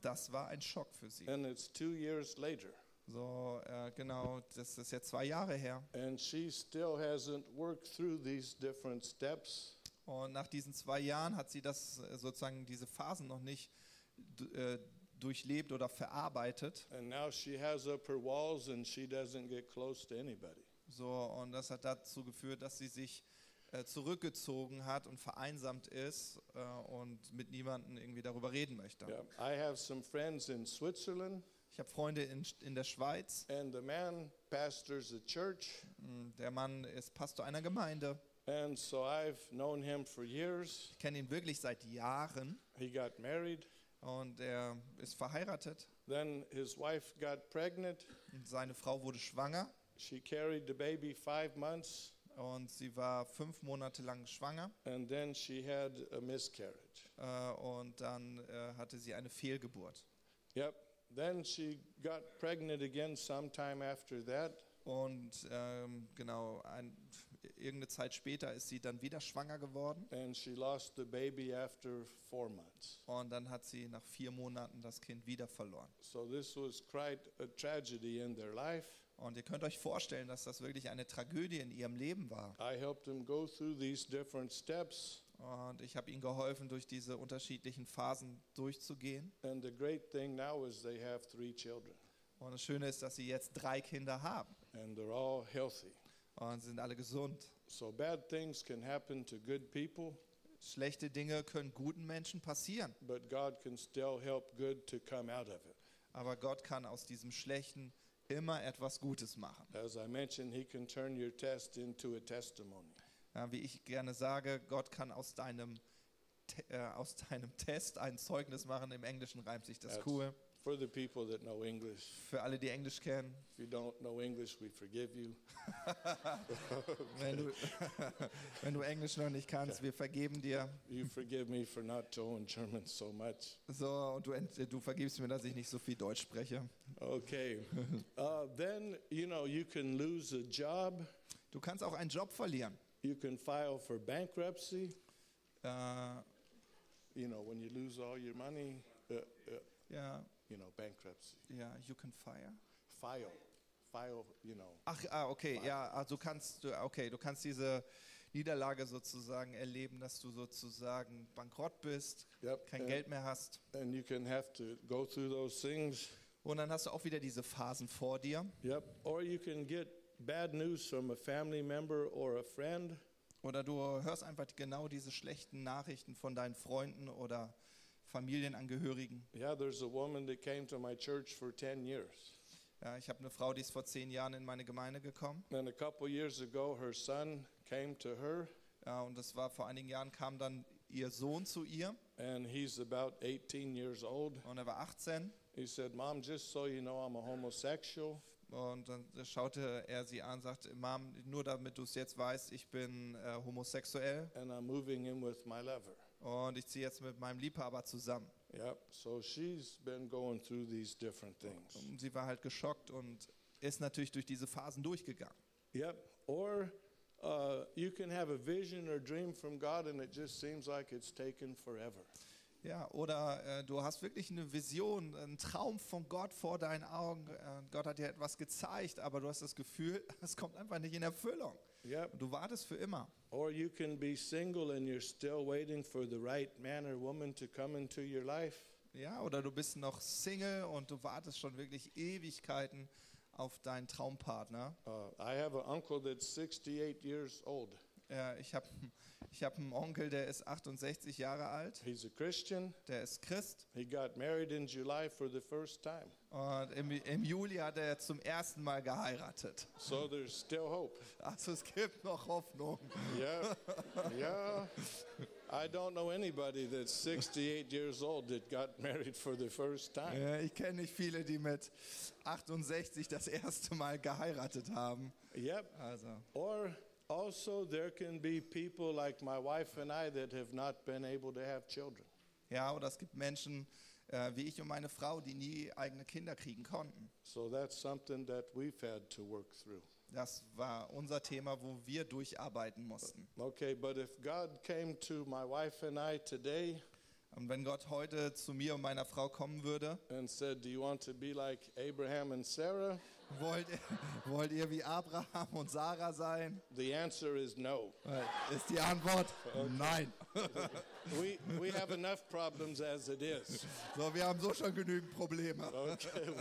Das war ein Schock für sie.
And it's two years later,
So, äh, genau, das ist jetzt zwei Jahre her.
and she still hasn't worked through these different steps.
Und nach diesen zwei Jahren hat sie das äh, sozusagen diese Phasen noch nicht d- äh, durchlebt oder verarbeitet.
And now she has up her walls and she doesn't get close to anybody.
So, und das hat dazu geführt, dass sie sich äh, zurückgezogen hat und vereinsamt ist äh, und mit niemandem irgendwie darüber reden möchte.
Yeah. I have some friends in Switzerland,
Ich habe Freunde in, in der Schweiz.
and the man pastors a church.
Mm, Der Mann ist Pastor einer Gemeinde.
And so I've known him for years.
Ich kenne ihn wirklich seit Jahren
He got married.
und er ist verheiratet.
Then his wife got pregnant.
Und seine Frau wurde schwanger
She carried the baby five months,
und sie war fünf Monate lang schwanger.
and then she had a miscarriage.
Äh, und dann äh, hatte sie eine Fehlgeburt.
Yep. Then she got pregnant again sometime after that.
Und ähm, genau, ein, irgendeine Zeit später ist sie dann wieder schwanger geworden.
and she lost the baby after four months.
Und dann hat sie nach vier Monaten das Kind wieder verloren.
So this was quite a tragedy in their life.
Und ihr könnt euch vorstellen, dass das wirklich eine Tragödie in ihrem Leben war.
I helped them go through these different steps,
Und ich habe ihnen geholfen, durch diese unterschiedlichen Phasen durchzugehen.
and the great thing now is they have three children,
Und das Schöne ist, dass sie jetzt drei Kinder haben.
and they're all healthy.
Und sie sind alle gesund.
So bad things can happen to good people,
Schlechte Dinge können guten Menschen passieren.
but God can still help good to come out of it.
Aber Gott kann aus diesem Schlechten immer etwas Gutes machen.
As I mentioned, He can turn your test into a testimony.
Ja, wie ich gerne sage, Gott kann aus deinem, Te äh, aus deinem Test ein Zeugnis machen. Im Englischen reimt sich das
Ja, das-
cool.
For the people that know English,
Für alle, die Englisch kennen.
if you don't know English, we forgive you.
Wenn du, wenn du Englisch noch nicht kannst, wir vergeben dir.
You forgive me for not knowing German so much.
So, und du, ent- du vergibst mir, dass ich nicht so viel Deutsch spreche.
Okay. Uh, then, you know, you can lose a job,
Du kannst auch einen Job verlieren.
you can file for bankruptcy,
Äh, ja,
you know, when you lose all your money, uh, uh, you know, bankruptcy.
ja, you can fire.
File, file, you know.
ah, Ach, ah, okay, ja, also kannst du, okay, du kannst diese, Niederlage sozusagen erleben, dass du sozusagen bankrott bist,
Yep.
kein
and,
Geld mehr hast.
and you can have to go through those things.
Und dann hast du auch wieder diese Phasen vor dir.
Yep. Or you can get bad news from a family member or a friend.
Oder du hörst einfach genau diese schlechten Nachrichten von deinen Freunden oder Familienangehörigen.
Yeah, there's a woman that came to my church for 10 years.
Ja, ich habe eine Frau, die ist vor zehn Jahren in meine Gemeinde gekommen.
And a couple years ago, her son came to her,
Ja, und das war vor einigen Jahren, kam dann ihr Sohn zu ihr
and he's about 18 years old.
und er war 18.
He said, Mom, just so you know, I'm a homosexual.
Und dann schaute er sie an und sagte, Mom, nur damit du es jetzt weißt, ich bin äh, homosexuell
and I'm moving in with my lover.
und ich ziehe jetzt mit meinem Liebhaber zusammen.
Yep. So she's been going through these different things.
Und sie war halt geschockt und ist natürlich durch diese Phasen durchgegangen.
Yep. Or uh, you can have a vision or dream from God and it just seems like it's taken forever.
Ja, oder äh, du hast wirklich eine Vision, einen Traum von Gott vor deinen Augen. Äh, Gott hat dir etwas gezeigt, aber du hast das Gefühl, es kommt einfach nicht in Erfüllung.
Yep.
Und du wartest für immer.
Or you can be single and you're still waiting for the right man or woman to come into your life.
Ja, oder du bist noch Single und du wartest schon wirklich Ewigkeiten auf deinen Traumpartner.
Uh, I have an uncle that's 68 years old.
Äh, ich habe ich hab einen Onkel, der ist 68 Jahre alt,
He's a Christian.
der ist Christ.
He got married in July for the first time.
Und im, im Juli hat er zum ersten Mal geheiratet.
So there's still hope.
Also es gibt noch Hoffnung.
Yeah, yeah. I don't know anybody that's 68 years old that got married for the first time.
Ja, ich kenne nicht viele, die mit 68 das erste Mal geheiratet haben.
Yep.
Also,
Or also, there can be people like my wife and I that have not been able to have children.
ja, oder es gibt Menschen äh, wie ich und meine Frau, die nie eigene Kinder kriegen konnten.
So that's something that we've had to work through.
Das war unser Thema, wo wir durcharbeiten mussten.
Okay, but if God came to my wife and I today
Und wenn Gott heute zu mir und meiner Frau kommen würde,
and said, Do you want to be like Abraham and Sarah?
wollt ihr, wollt ihr wie Abraham und Sarah sein?
The answer is no.
Äh, Ist die Antwort nein.
We, we have enough problems as it is.
So, wir haben so schon genügend Probleme.
Okay,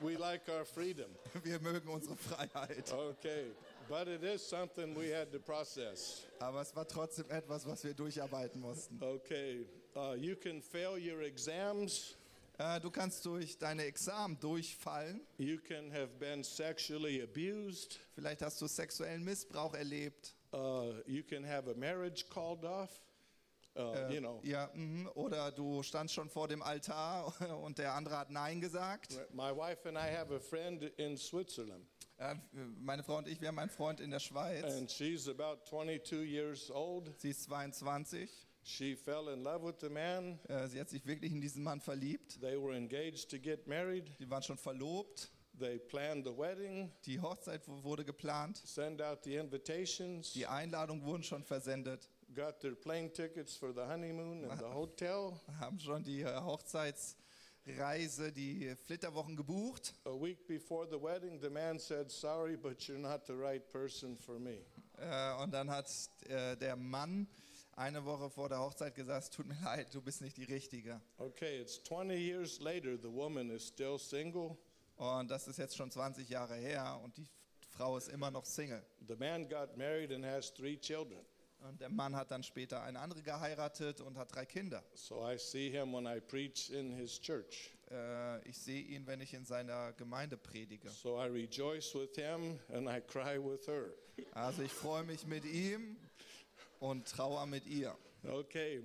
we like our freedom.
Wir mögen unsere Freiheit.
Okay, but it is something we had to process.
Aber es war trotzdem etwas, was wir durcharbeiten mussten.
Okay, uh, you can fail your exams.
Äh, du kannst durch deine Examen durchfallen.
You can have been sexually abused.
Vielleicht hast du sexuellen Missbrauch erlebt.
Uh, you can have a marriage called off. Uh, you know,
Ja, mhm. oder du standst schon vor dem Altar und der andere hat Nein gesagt.
my wife and I have a friend in Switzerland,
Äh, meine Frau und ich, wir haben einen Freund in der Schweiz.
and she's about 22 years old.
Sie ist 22.
She fell in love with the man.
Äh, sie hat sich wirklich in diesen Mann verliebt.
They were engaged to get married.
Die waren schon verlobt.
They planned the wedding,
Die Hochzeit wu- wurde geplant.
send out the invitations.
Die Einladungen wurden schon versendet.
got their plane tickets for the honeymoon and the hotel.
Haben schon die äh, Hochzeitsreise, die Flitterwochen gebucht.
A week before the wedding, the man said, Sorry, but you're not the right person for me.
Äh, und dann hat äh, der Mann eine Woche vor der Hochzeit gesagt, tut mir leid, du bist nicht die Richtige.
Okay, it's 20 years later, the woman is still single.
Und das ist jetzt schon 20 Jahre her und die Frau ist immer noch Single.
The man got married and has three children.
Und der Mann hat dann später eine andere geheiratet und hat drei Kinder.
So I see him when I preach in his church.
Äh, ich sehe ihn, wenn ich in seiner Gemeinde predige.
So I rejoice with him and I cry with her.
Also ich freue mich mit ihm und trauer mit ihr.
Okay,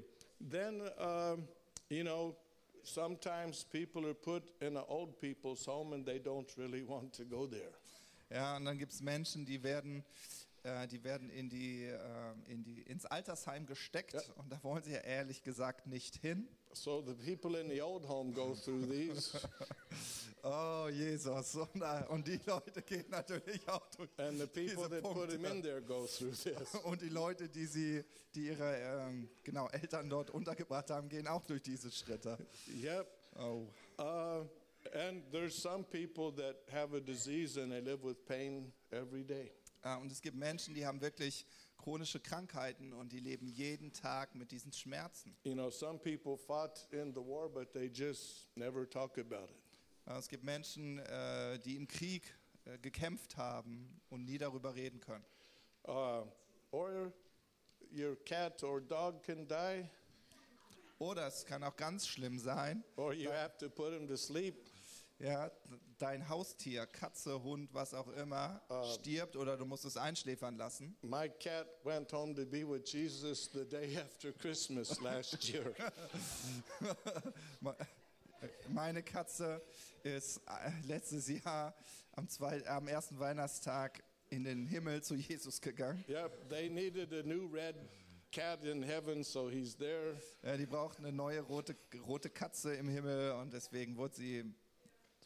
then, um, you know, sometimes people are put in an old people's home and they don't really want to go there.
Ja, und dann gibt es Menschen, die werden, äh, die werden in die, äh, in die, ins Altersheim gesteckt
Ja.
und da wollen sie ja ehrlich gesagt nicht hin.
So the people in the old home go through these,
Oh, Jesus. Und, äh, und die Leute gehen natürlich auch durch
and the people
diese
that put him in
Punkte.
there go through this.
Und die Leute, die sie, die ihre ähm, genau, Eltern dort untergebracht haben, gehen auch durch diese Schritte.
Yep.
Oh.
Uh, and there's some people that have a disease and they live with pain every day.
Äh, und es gibt Menschen, die haben wirklich chronische Krankheiten und die leben jeden Tag mit diesen Schmerzen.
You know, some people fought in the war, but they just never talk about it.
Ja, Es gibt Menschen, äh, die im Krieg äh, gekämpft haben und nie darüber reden können.
Uh, or your cat or dog can die,
Oder es kann auch ganz schlimm sein,
or you have to put him to sleep.
ja, dein Haustier, Katze, Hund, was auch immer, stirbt oder du musst es einschläfern lassen.
My cat went home to be with Jesus the day after Christmas last year.
Me- äh, Meine Katze ist äh, letztes Jahr am, zwei, am ersten Weihnachtstag in den Himmel zu Jesus gegangen.
yep, they needed a new red cat in heaven, so he's there.
Äh, die braucht eine neue rote, rote Katze im Himmel und deswegen wurde sie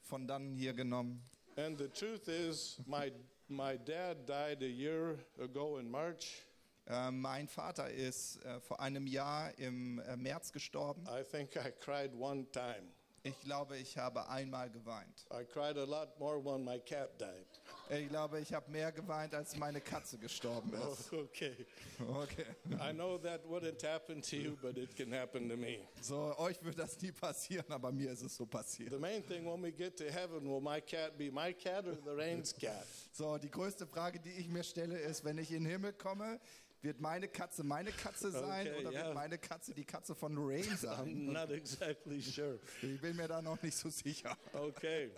von dann hier genommen.
And the truth is, my my dad died a year ago in March.
Äh, mein Vater ist äh, vor einem Jahr im äh, März gestorben.
I think I cried one time.
Ich glaube, ich habe einmal geweint. Äh,
I cried a lot more when my cat died.
Ich glaube, ich habe mehr geweint, als meine Katze gestorben ist.
okay.
Okay.
I know that wouldn't happen to you, but it can happen to me.
So, euch wird das nie passieren, aber mir ist es so passiert.
The main thing when we get to heaven, will my cat be my cat or Lorraine's cat?
So, die größte Frage, die ich mir stelle, ist, wenn ich in den Himmel komme, wird meine Katze meine Katze sein
Okay,
oder
ja.
wird meine Katze die Katze von Lorraine sein?
I'm not exactly sure.
Ich bin mir da noch nicht so sicher.
Okay.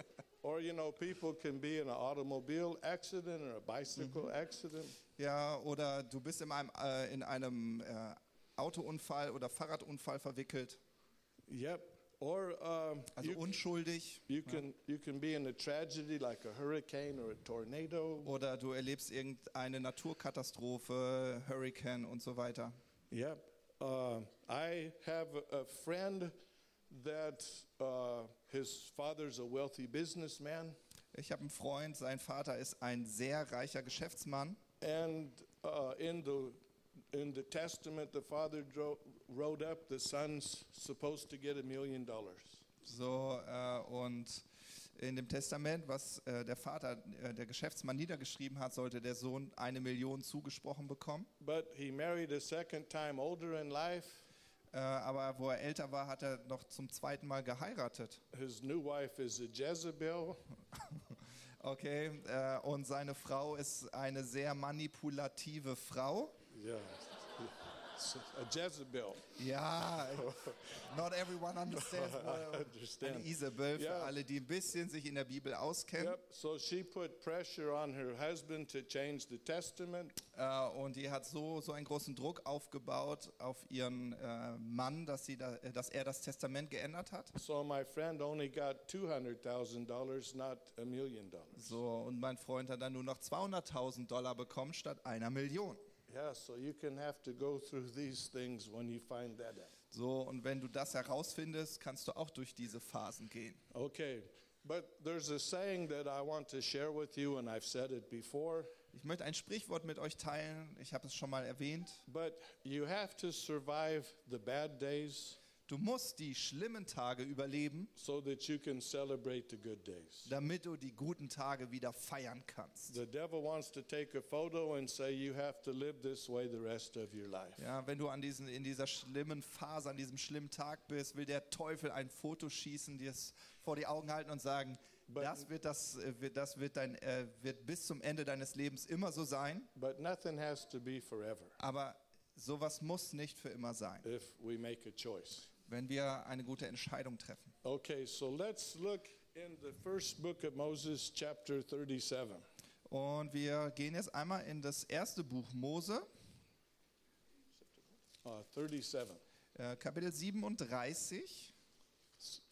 Or, you know, people can be in an automobile accident or a bicycle accident.
Ja, oder du bist in einem, äh, in einem äh, Autounfall oder Fahrradunfall verwickelt,
Yep. Or um,
also
you,
unschuldig.
you, can, you can be in a tragedy like a hurricane or a tornado.
Oder du erlebst irgendeine Naturkatastrophe, Hurricane und so weiter.
Yep. Uh, I have a friend that uh, his father's a wealthy businessman,
Ich habe einen Freund, sein Vater ist ein sehr reicher Geschäftsmann.
and uh, in the in the testament, the father dro- wrote up the son's supposed to get a million dollars.
So, äh, und in dem Testament, was äh, der Vater, äh, der Geschäftsmann niedergeschrieben hat, sollte der Sohn eine Million zugesprochen bekommen.
But he married a second time, older in life.
Äh, aber wo er älter war, hat er noch zum zweiten Mal geheiratet.
His new wife is a Jezebel,
Okay, äh, und seine Frau ist eine sehr manipulative Frau.
yeah, a Jezebel.
Ja, not everyone understands.
I
what- Eine
understand.
Isabel, für
Ja.
alle, die ein bisschen sich in der Bibel auskennen.
Yep. So she put pressure on her husband to change the testament.
Äh, und die hat so, so einen großen Druck aufgebaut auf ihren äh, Mann, dass, sie da, äh, dass er das Testament geändert hat.
So my friend only got two hundred thousand dollars, not a million dollars.
So, und mein Freund hat dann nur noch 200.000 Dollar bekommen statt einer Million.
Yeah, so you can have to go through these things when you find that out.
So, und wenn du das herausfindest, kannst du auch durch diese Phasen gehen.
Okay, but there's a saying that I want to share with you, and I've said it before.
Ich möchte ein Sprichwort mit euch teilen, ich habe es schon mal erwähnt.
But you have to survive the bad days
Du musst die schlimmen Tage überleben,
so that you can celebrate the good days.
damit du die guten Tage wieder feiern kannst.
The devil wants to take a photo and say you have to live this way the rest of your life.
Ja, wenn du an diesen, in dieser schlimmen Phase, an diesem schlimmen Tag bist, will der Teufel ein Foto schießen, dir es vor die Augen halten und sagen,
But-
das, wird, das, äh, wird, das wird, dein, äh, wird bis zum Ende deines Lebens immer so sein,
But nothing has to be forever
aber sowas muss nicht für immer sein,
if we make a choice.
wenn wir eine gute Entscheidung treffen.
Okay, so let's look in the first book of Moses, chapter 37.
Und wir gehen jetzt einmal in das erste Buch Mose,
Uh, 37.
äh, Kapitel 37.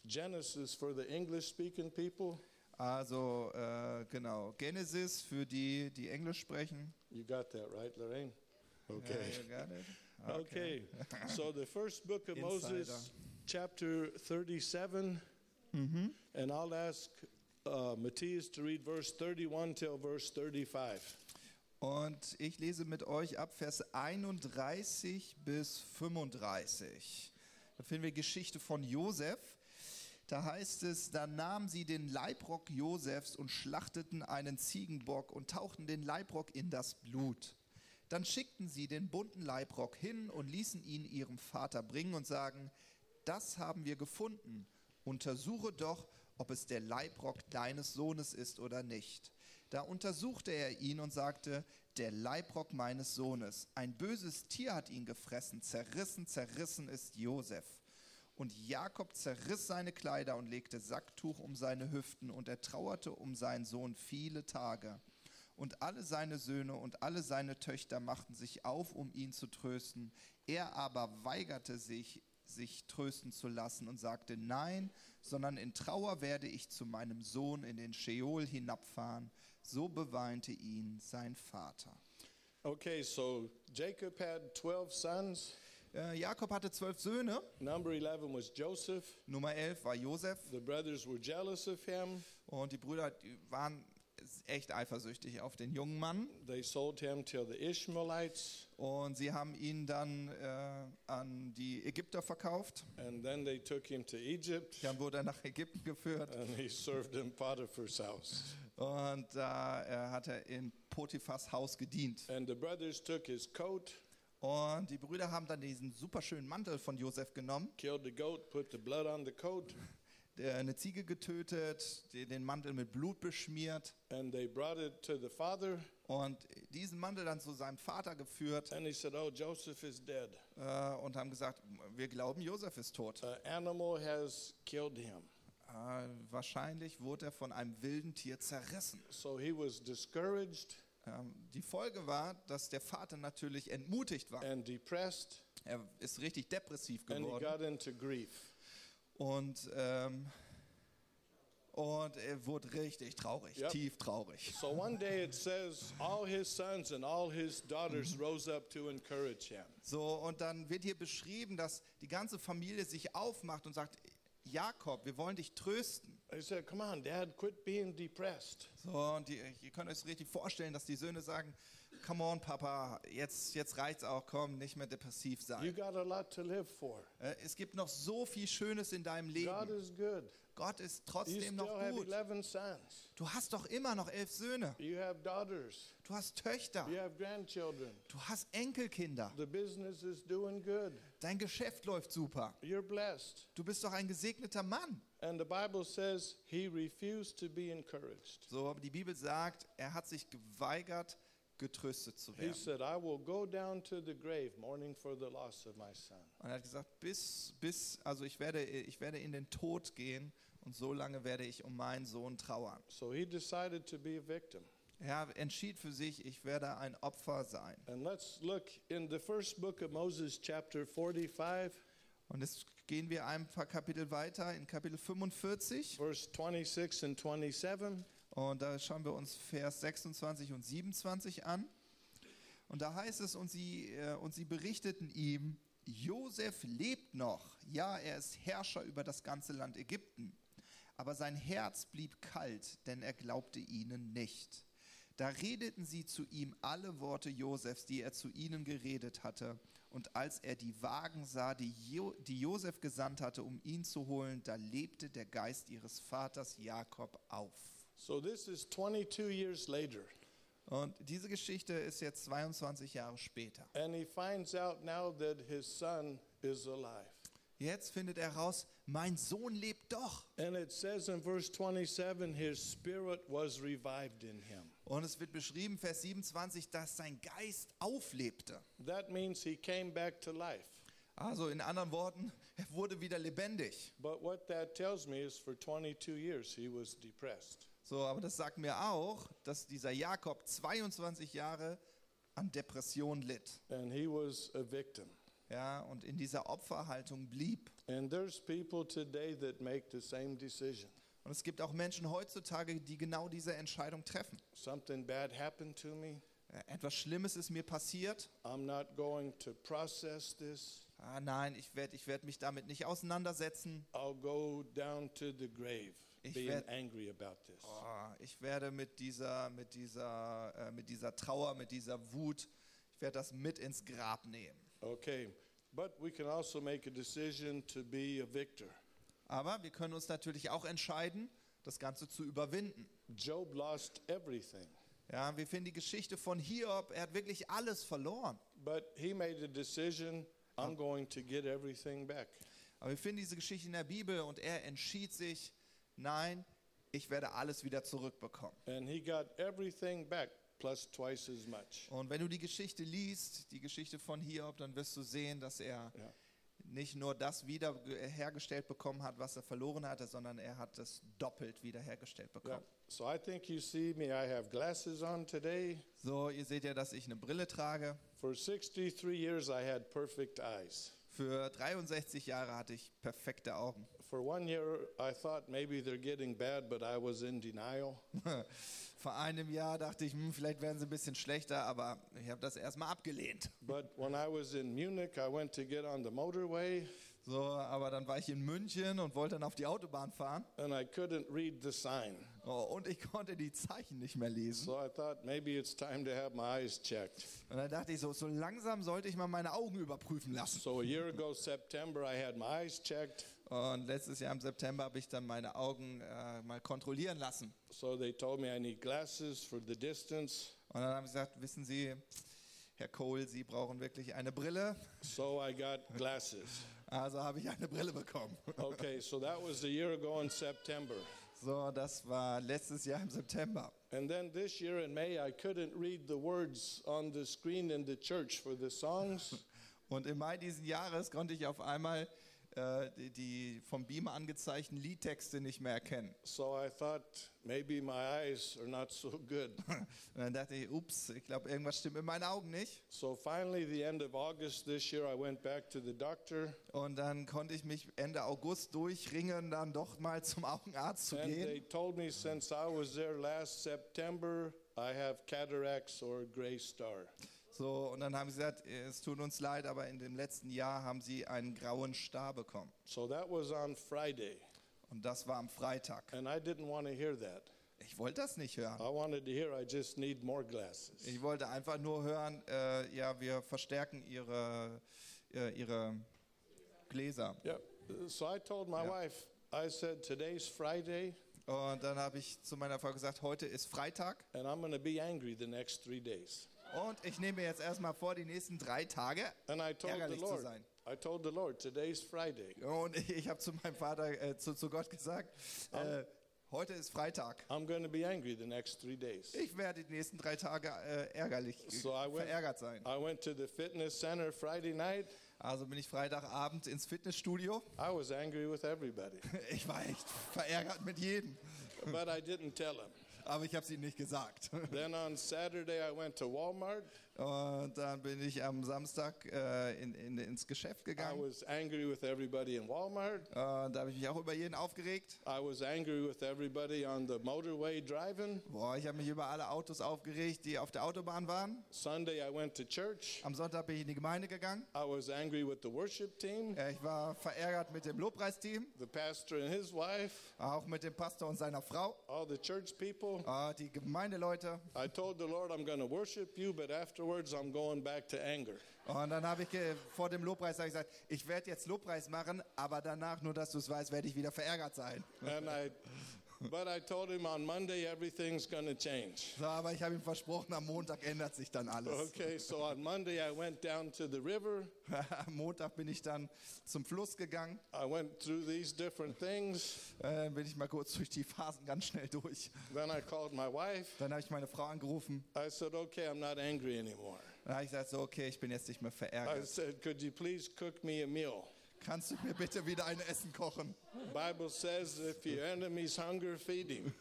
Genesis for the English speaking people.
Also äh, genau, Genesis für die, die Englisch sprechen.
You got that right, Lorraine? Okay.
Ja, you got it?
Okay. so the first book of Moses,
Insider.
chapter 37. And I'll ask uh, Matthias to read verse 31 till verse 35.
Und ich lese mit euch ab Vers 31 bis 35. Da finden wir Geschichte von Josef. Da heißt es, da nahmen sie den Leibrock Josefs und schlachteten einen Ziegenbock und tauchten den Leibrock in das Blut. Dann schickten sie den bunten Leibrock hin und ließen ihn ihrem Vater bringen und sagen, das haben wir gefunden. Untersuche doch, ob es der Leibrock deines Sohnes ist oder nicht. Da untersuchte er ihn und sagte, der Leibrock meines Sohnes. Ein böses Tier hat ihn gefressen, zerrissen, zerrissen ist Josef. Und Jakob zerriss seine Kleider und legte Sacktuch um seine Hüften und er trauerte um seinen Sohn viele Tage. Und alle seine Söhne und alle seine Töchter machten sich auf, um ihn zu trösten. Er aber weigerte sich, sich trösten zu lassen und sagte, nein, sondern in Trauer werde ich zu meinem Sohn in den Scheol hinabfahren. So beweinte ihn sein Vater.
Okay, so Jacob had 12 sons.
Äh, Jakob hatte zwölf Söhne.
Number 11 was Joseph.
Nummer elf war Josef.
The brothers were jealous of him.
Und die Brüder die waren echt eifersüchtig auf den jungen Mann.
They sold him to the Ishmaelites,
Und sie haben ihn dann äh, an die Ägypter verkauft.
and then they took him to Egypt,
Dann wurde er nach Ägypten geführt.
and he served in Potiphar's house.
Und da äh, hat er in Potiphas Haus gedient.
And the brothers took his coat,
Und die Brüder haben dann diesen superschönen Mantel von Josef genommen,
killed the goat, put the blood on the coat,
der- eine Ziege getötet, die- den Mantel mit Blut beschmiert
and they brought it to the father.
und diesen Mantel dann zu seinem Vater geführt
And he said, "Oh, Joseph is dead.
äh, und haben gesagt, wir glauben, Josef ist tot.
An animal has killed him."
Äh, wahrscheinlich wurde er von einem wilden Tier zerrissen.
So he was discouraged
Ähm, die Folge war, dass der Vater natürlich entmutigt war.
and depressed,
Er ist richtig depressiv
and he
geworden
got into grief.
und, ähm, und er wurde richtig traurig,
Yep.
tief traurig.
So one day it says all his sons and all his daughters rose up to encourage him.
So, und dann wird hier beschrieben, dass die ganze Familie sich aufmacht und sagt, Jakob, wir wollen dich trösten.
They said, Come on, Dad, quit being depressed.
So, und die, ihr könnt euch richtig vorstellen, dass die Söhne sagen, come on, Papa, jetzt, jetzt reicht's auch, komm, nicht mehr depressiv
You
sein.
got a lot to live for.
Äh, Es gibt noch so viel Schönes in deinem
God
Leben.
is good.
Gott ist
You
trotzdem
still
noch
have
gut.
11 sons.
Du hast doch immer noch elf Söhne.
You have daughters.
Du hast Töchter.
You have grandchildren.
Du hast Enkelkinder.
The business is doing good.
Dein Geschäft läuft super.
You're blessed.
Du bist doch ein gesegneter Mann.
And the Bible says he refused to be encouraged.
So, aber die Bibel sagt, er hat sich geweigert, getröstet zu
He
werden.
said, I will go down to the grave mourning for the loss of my son.
Und er hat gesagt, bis, bis, also ich werde, ich werde in den Tod gehen und so lange werde ich um meinen Sohn trauern.
So he decided to be a victim.
Er entschied für sich, ich werde ein Opfer sein.
And let's look in the first book of Moses, chapter 45,
Und jetzt gehen wir ein paar Kapitel weiter in Kapitel 45
verse 26 and 27.
und da schauen wir uns Vers 26 und 27 an. Und da heißt es, und sie, äh, und sie berichteten ihm, Josef lebt noch, ja, er ist Herrscher über das ganze Land Ägypten. Aber sein Herz blieb kalt, denn er glaubte ihnen nicht. Da redeten sie zu ihm alle Worte Josefs, die er zu ihnen geredet hatte. Und als er die Wagen sah, die, jo die Josef gesandt hatte, um ihn zu holen, da lebte der Geist ihres Vaters Jakob auf.
So this is 22 years later,
Und diese Geschichte ist jetzt 22 Jahre später.
and he finds out now that his son is alive.
Jetzt findet er raus, mein Sohn lebt doch.
And it says in verse 27 his spirit was revived in him.
Und es wird beschrieben, Vers 27, dass sein Geist auflebte.
That means he came back to life.
Also in anderen Worten, er wurde wieder lebendig.
But what that tells me is for 22 years he was depressed.
So, aber das sagt mir auch, dass dieser Jakob 22 Jahre an Depression litt.
And he was a victim.
Ja, und in dieser Opferhaltung blieb.
And there's people today that make the same decision.
Und es gibt auch Menschen heutzutage, die genau diese Entscheidung treffen.
Something bad happened to me.
Äh, Etwas Schlimmes ist mir passiert.
I'm not going to process this.
Ah, nein, ich werde ich werd mich damit nicht auseinandersetzen.
I'll go down to the grave
Ich
being
werd-
angry about this.
Oh, ich werde mit dieser, mit, dieser, äh, mit dieser Trauer, mit dieser Wut, ich werde das mit ins Grab nehmen.
Okay, but we can also make a decision to be a victor.
Aber wir können uns natürlich auch entscheiden, das Ganze zu überwinden.
Job lost everything.
Ja, wir finden die Geschichte von Hiob, er hat wirklich alles verloren.
But he made a decision I'm going to get everything back.
Aber wir finden diese Geschichte in der Bibel und er entschied sich, nein, ich werde alles wieder zurückbekommen.
And he got everything back plus twice as much.
Und wenn du die Geschichte liest, die Geschichte von Hiob, dann wirst du sehen, dass er
Ja.
nicht nur das wieder hergestellt bekommen hat, was er verloren hatte, sondern er hat es doppelt wiederhergestellt
Yeah.
bekommen.
So I think you see me, I have glasses on today.
So, ihr seht ja, dass ich eine Brille trage.
For 63 years, I had perfect eyes.
Für 63 Jahre hatte ich perfekte Augen.
For one year, I thought maybe they're getting bad, but I was in denial.
Vor einem Jahr dachte ich, hm, vielleicht werden sie ein bisschen schlechter, aber ich habe das erstmal abgelehnt.
But when I was in Munich, I went to get on the motorway
So, aber dann war ich in München und wollte dann auf die Autobahn fahren
and I couldn't read the sign.
oh, und ich konnte die Zeichen nicht mehr lesen.
So I thought maybe it's time to have my eyes checked.
Und dann dachte ich so, so langsam sollte ich mal meine Augen überprüfen lassen.
So a year ago, September, I had my eyes checked.
Und letztes Jahr im September habe ich dann meine Augen äh, mal kontrollieren lassen.
So they told me I need glasses for the distance.
Und dann haben sie gesagt, wissen Sie, Herr Cole, Sie brauchen wirklich eine Brille.
So I got glasses.
Also habe ich eine Brille bekommen.
Okay, so that was a year ago in September.
So, das war letztes Jahr im September.
And then this year in May, I couldn't read the words on the screen in the church for the songs.
Und im Mai diesen Jahres konnte ich auf einmal äh, die, die vom Beamer angezeigten Liedtexte nicht mehr erkennen.
So I thought maybe my eyes are not so good.
Und dann dachte ich, ups, ich glaube, irgendwas stimmt mit meinen Augen nicht.
So finally, the end of August this year, I went back to the doctor
Und dann konnte ich mich Ende August durchringen, dann doch mal zum Augenarzt zu
and
gehen.
they told me since I was there last September, I have cataracts or gray star.
So, und dann haben sie gesagt, es tut uns leid, aber in dem letzten Jahr haben sie einen grauen Star bekommen.
So that was on Friday,
Und das war am Freitag.
and I didn't want to hear that.
Ich wollte das nicht hören.
I wanted to hear I just need more glasses.
Ich wollte einfach nur hören, äh, ja, wir verstärken ihre, äh, ihre Gläser.
Yep. So I told my
Yeah.
wife, I said, today's Friday,
Und dann habe ich zu meiner Frau gesagt, heute ist Freitag
and I'm going to be angry the next three days.
und ich nehme mir jetzt erstmal vor, die nächsten drei Tage.
And I told the
Ärgerlich zu
Lord,
sein.
I told the Lord, today's Friday.
Und ich, ich habe zu meinem Vater, äh, zu, zu Gott gesagt, äh, heute ist Freitag.
I'm going to be angry the next three days.
Ich werde die nächsten drei Tage äh, ärgerlich, äh,
So I went-
verärgert sein.
I went to the fitness center Friday night.
Also bin ich Freitagabend ins Fitnessstudio.
I was angry with everybody,
Ich war echt verärgert mit jedem,
but I didn't tell him.
aber ich habe es ihnen nicht gesagt.
Then on Saturday, I went to Walmart.
Und dann bin ich am Samstag äh, in, in, ins Geschäft
I
gegangen.
was angry with everybody in Walmart.
Und da habe ich mich auch über jeden aufgeregt.
I was angry with everybody on the motorway driving.
Boah, ich habe mich über alle Autos aufgeregt, die auf der Autobahn waren.
Sunday, I went to church.
Am Sonntag bin ich in die Gemeinde gegangen.
I was angry with the worship team,
Äh, Ich war verärgert mit dem Lobpreisteam,
the pastor and his wife,
auch mit dem Pastor und seiner Frau,
all the church people.
äh, die Gemeindeleute.
I told the Lord, I'm going to worship you, but afterwards, I'm going back to anger.
Und dann habe ich ge- vor dem Lobpreis hab ich gesagt, ich werde jetzt Lobpreis machen, aber danach, nur dass du es weißt, werde ich wieder verärgert sein.
And I, but I told him on Monday, everything's going to change.
So, aber ich habe ihm versprochen, am Montag ändert sich dann alles.
Okay, so on Monday I went down to the river.
Am Montag bin ich dann zum Fluss gegangen,
I went through these different things.
äh, bin ich mal kurz durch die Phasen ganz schnell durch.
Then I called my wife.
Dann habe ich meine Frau angerufen.
I said, "Okay, I'm not angry anymore."
Dann habe ich gesagt, so, okay, ich bin jetzt nicht mehr
I
verärgert.
said, "Could you please cook me a meal?"
Kannst du mir bitte wieder ein Essen kochen?
Bible says, "If your enemy's hunger, feed him."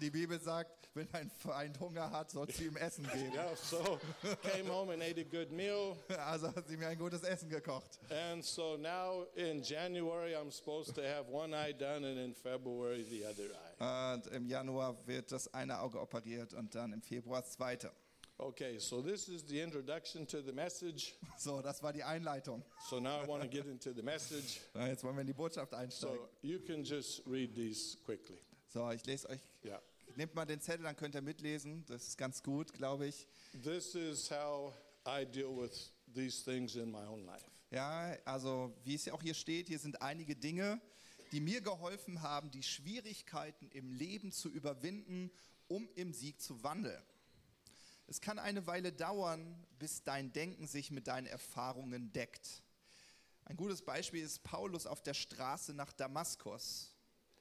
Die Bibel sagt, wenn ein Feind Hunger hat, sollst du ihm Essen geben.
Yeah, so came home and ate a good meal,
Also hat sie mir ein gutes Essen gekocht.
and so now in January I'm supposed to have one eye done, and in February the other eye.
Und im Januar wird das eine Auge operiert und dann im Februar das zweite.
Okay, so this is the introduction to the message.
So, das war die Einleitung.
So now I want to get into the message.
Na, Jetzt wollen wir in die Botschaft einsteigen.
So you can just read these quickly.
So, ich lese euch.
Yeah.
Nehmt mal den Zettel, dann könnt ihr mitlesen. Das ist ganz gut, glaube ich.
This is how I deal with these things in my own life.
Ja, also wie es ja auch hier steht, hier sind einige Dinge, die mir geholfen haben, die Schwierigkeiten im Leben zu überwinden um im Sieg zu wandeln. Es kann eine Weile dauern, bis dein Denken sich mit deinen Erfahrungen deckt. Ein gutes Beispiel ist Paulus auf der Straße nach Damaskus.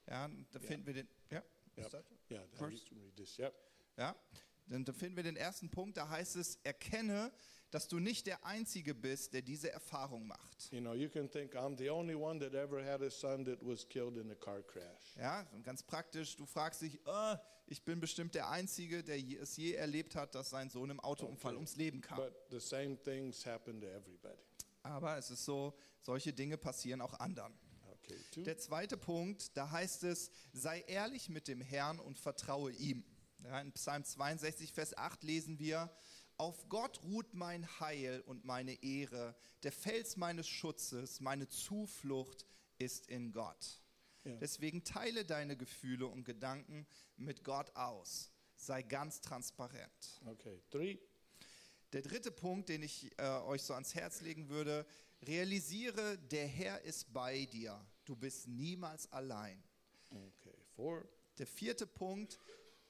Ja, da finden wir den. Ja,
Yep.
ist das-
Yeah, that-
Verse-
you can read this. Yep.
ja, dann da finden wir den ersten Punkt. Da heißt es: Erkenne, dass du nicht der Einzige bist, der diese Erfahrung macht.
You know, you can think I'm the only one that ever had a son that was killed in a car crash.
Ja, und ganz praktisch, du fragst dich, äh, ich bin bestimmt der Einzige, der je- es je erlebt hat, dass sein Sohn im Autounfall ums Leben kam.
But the same things happen to everybody.
Aber es ist so, solche Dinge passieren auch anderen.
Okay, two.
Der zweite Punkt, da heißt es, sei ehrlich mit dem Herrn und vertraue ihm. Ja, in Psalm 62, Vers 8 lesen wir, auf Gott ruht mein Heil und meine Ehre, der Fels meines Schutzes, meine Zuflucht ist in Gott.
Ja.
Deswegen teile deine Gefühle und Gedanken mit Gott aus. Sei ganz transparent.
Okay, three.
Der dritte Punkt, den ich äh, euch so ans Herz legen würde, realisiere, der Herr ist bei dir. Du bist niemals allein.
Okay, four.
Der vierte Punkt,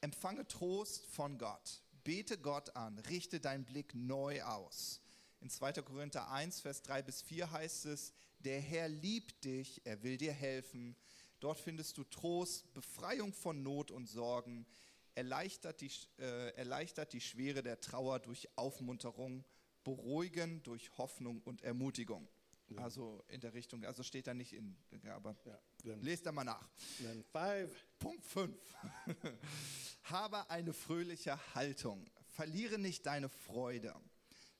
empfange Trost von Gott. Bete Gott an, richte deinen Blick neu aus. In 2. Korinther 1, Vers 3 bis 4 heißt es, der Herr liebt dich, er will dir helfen. Dort findest du Trost, Befreiung von Not und Sorgen, erleichtert die, äh, erleichtert die Schwere der Trauer durch Aufmunterung, beruhigen durch Hoffnung und Ermutigung. Also in der Richtung, also steht da nicht in, aber
Yeah. Then,
lest da mal nach.
then five.
Punkt 5. Habe eine fröhliche Haltung. Verliere nicht deine Freude.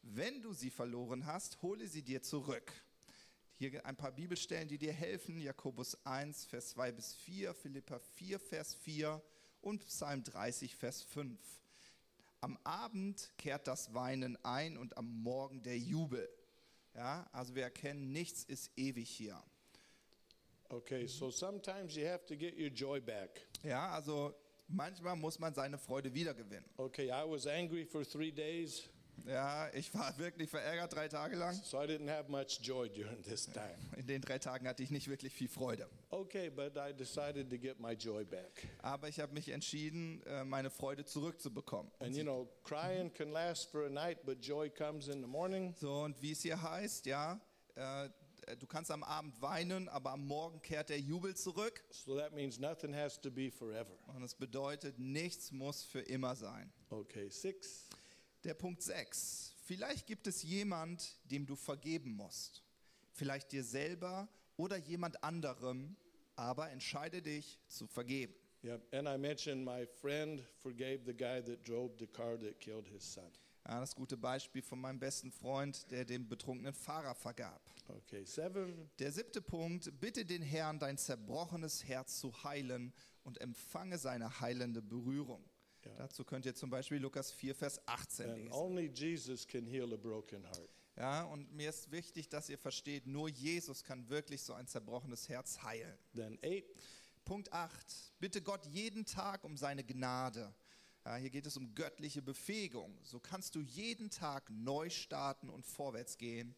Wenn du sie verloren hast, hole sie dir zurück. Hier ein paar Bibelstellen, die dir helfen. Jakobus 1, Vers 2 bis 4, Philippa 4, Vers 4 und Psalm 30, Vers 5. Am Abend kehrt das Weinen ein und am Morgen der Jubel. Ja, also wir erkennen, nichts ist ewig hier.
Okay, so sometimes you have to get your joy back.
Ja, also manchmal muss man seine Freude wiedergewinnen.
Okay, I was angry for three days,
Ja, ich war wirklich verärgert drei Tage lang.
so I didn't have much joy during this time.
In den drei Tagen hatte ich nicht wirklich viel Freude.
Okay, but I decided to get my joy back.
Aber ich habe mich entschieden, äh, meine Freude zurückzubekommen.
And you know, crying can last for a night, but joy comes in the morning.
So, und wie es hier heißt, ja, äh, du kannst am Abend weinen, aber am Morgen kehrt der Jubel zurück.
So that means nothing has to be forever.
Und es bedeutet, nichts muss für immer sein.
Okay, six.
Der Punkt 6. Vielleicht gibt es jemand, dem du vergeben musst. Vielleicht dir selber oder jemand anderem, aber entscheide dich zu vergeben.
Yep. And I mentioned my friend forgave the guy that drove the car that killed his son.
Ja, das gute Beispiel von meinem besten Freund, der dem betrunkenen Fahrer vergab.
Okay, seven.
Der siebte Punkt, bitte den Herrn, dein zerbrochenes Herz zu heilen und empfange seine heilende Berührung.
Ja.
Dazu könnt ihr zum Beispiel Lukas 4, Vers 18
And
lesen.
only Jesus can heal a broken heart.
Ja, und mir ist wichtig, dass ihr versteht, nur Jesus kann wirklich so ein zerbrochenes Herz heilen.
Then eight.
Punkt 8. Bitte Gott jeden Tag um seine Gnade. Ja, hier geht es um göttliche Befähigung. So kannst du jeden Tag neu starten und vorwärts gehen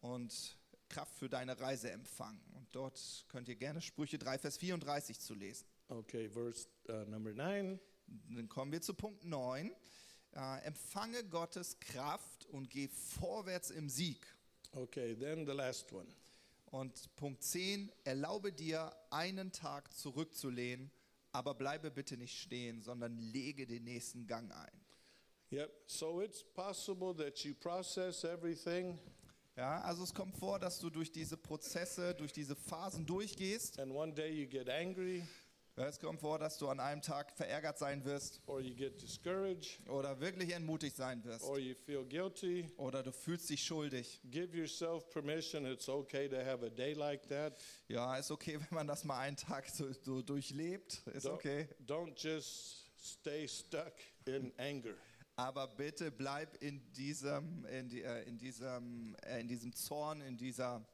und Kraft für deine Reise empfangen. Und dort könnt ihr gerne Sprüche 3, Vers 34 zu lesen.
Okay, verse uh, number nine.
Dann kommen wir zu Punkt 9. Äh, empfange Gottes Kraft und geh vorwärts im Sieg.
Okay, then the last one.
Und Punkt 10, erlaube dir, einen Tag zurückzulehnen, aber bleibe bitte nicht stehen, sondern lege den nächsten Gang ein.
Yep. So it's possible that you process everything,
Ja, also es kommt vor, dass du durch diese Prozesse, durch diese Phasen durchgehst.
and one day you get angry
Ja, Es kommt vor, dass du an einem Tag verärgert sein wirst
or you get discouraged
oder wirklich entmutigt sein wirst
or you feel guilty.
oder du fühlst dich schuldig.
Give yourself permission. It's okay to have a day like that.
Ja, ist okay, wenn man das mal einen Tag so, so durchlebt, ist
Don't-
okay.
Don't just stay stuck in anger.
Aber bitte bleib in diesem, in, die, äh, in, diesem, äh, in diesem Zorn, in dieser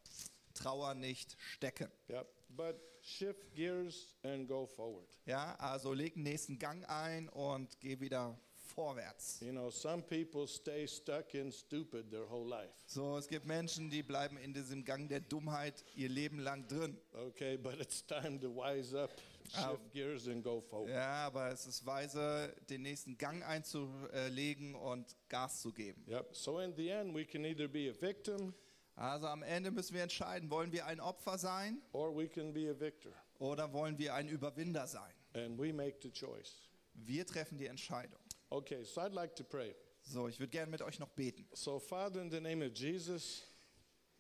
Trauer nicht stecken.
Yep. But shift gears and go forward.
Ja, also leg den nächsten Gang ein und geh wieder vorwärts.
You know, some people stay stuck in stupid their whole life.
So, es gibt Menschen, die bleiben in diesem Gang der Dummheit ihr Leben lang drin.
Okay, but it's time to wise up, shift
Ah.
gears, and go forward.
Ja, aber es ist weise, den nächsten Gang einzulegen und Gas zu geben.
Yep. So in the end, we can either be a victim
Also am Ende müssen wir entscheiden, wollen wir ein Opfer sein
or we can be a victor,
oder wollen wir ein Überwinder sein?
and we make the choice.
Wir treffen die Entscheidung.
Okay, so I'd like to pray.
So, ich würde gerne mit euch noch beten.
So, Father, in the name of Jesus,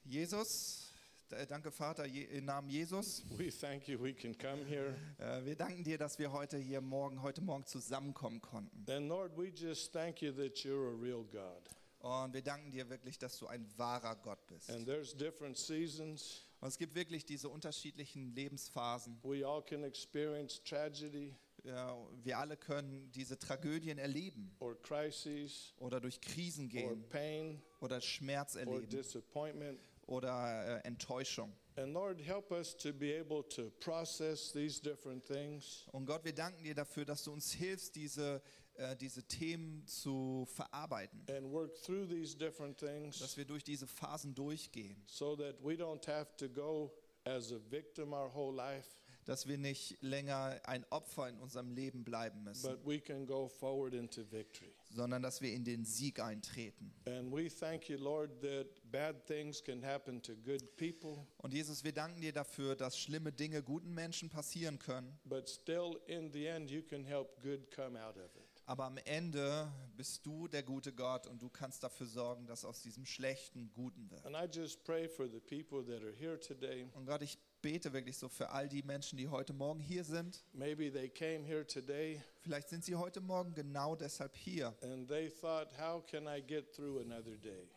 Jesus, d- danke Vater, je- im Namen Jesus.
we thank you we can come here.
Äh, Wir danken dir, dass wir heute hier morgen, heute Morgen zusammenkommen konnten.
And Lord, we just thank you that you're a real God.
Und wir danken dir wirklich, dass du ein wahrer Gott bist.
And
Und
there's different seasons.
es gibt wirklich diese unterschiedlichen Lebensphasen.
We all can experience tragedy
Ja, Wir alle können diese Tragödien erleben
or crises
oder durch Krisen
or
gehen
pain
oder Schmerz
or
erleben
disappointment.
oder äh, Enttäuschung.
And Lord, help us to be able to process these different things
Und Gott, wir danken dir dafür, dass du uns hilfst, diese, äh, diese Themen zu verarbeiten.
and work through these different
Dass
things
wir durch diese Phasen durchgehen.
so that we don't have to go as a victim our whole life,
Dass wir nicht länger ein Opfer in unserem Leben bleiben müssen,
but we can go forward into victory.
sondern dass wir in den Sieg eintreten.
And we thank you, Lord, that bad things can happen to good people,
Und Jesus, wir danken dir dafür, dass schlimme Dinge guten Menschen passieren können.
but still, in the end, you can help good come out of it.
Aber am Ende bist du der gute Gott und du kannst dafür sorgen, dass aus diesem Schlechten Guten wird.
And I just pray for the people that are here today.
Und Gott, ich bete wirklich so für all die Menschen, die heute Morgen hier sind.
Maybe they came here today
Vielleicht sind sie heute Morgen genau deshalb hier,
and they thought, how can I get through another day?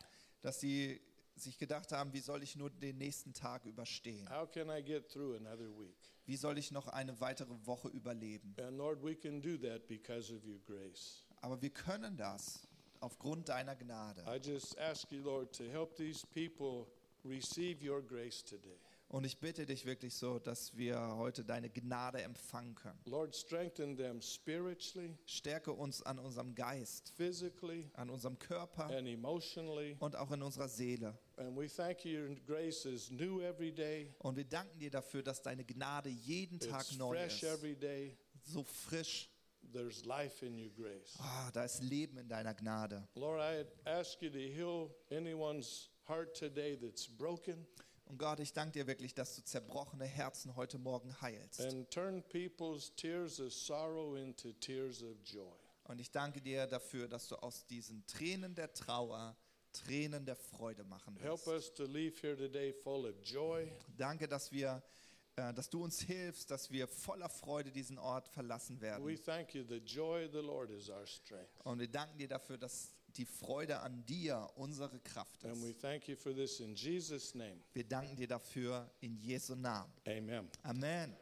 dass sie sich gedacht haben, wie soll ich nur den nächsten Tag überstehen?
How can I get through another week?
Wie soll ich noch eine weitere Woche überleben?
And Lord, we can do that because of your grace.
Aber wir können das aufgrund deiner Gnade.
I just ask you, Lord, to help these people receive your grace today.
Und ich bitte dich wirklich so, dass wir heute deine Gnade empfangen können.
Lord, strengthen them spiritually,
Stärke uns an unserem Geist,
physically,
an unserem Körper
and emotionally.
und auch in unserer Seele.
And we thank you, your grace is new every day.
Und wir danken dir dafür, dass deine Gnade jeden Tag
It's
neu
fresh
ist.
every day.
So frisch.
There's life in your grace.
Ah, da ist Leben in deiner Gnade.
Lord, I ask you to heal anyone's heart today that's broken
Und Gott, ich danke dir wirklich, dass du zerbrochene Herzen heute Morgen heilst.
and turn people's tears of sorrow into tears of joy.
Und ich danke dir dafür, dass du aus diesen Tränen der Trauer Tränen der Freude machen
Help
wirst.
us to leave here today full of joy,
Danke, dass wir, äh, dass du uns hilfst, dass wir voller Freude diesen Ort verlassen
We
werden.
thank you. The joy of the Lord is our strength.
Und wir danken dir dafür, dass die Freude an dir unsere Kraft
And we
ist.
thank you for this in Jesus' name.
Wir danken dir dafür in Jesu Namen.
Amen.
Amen.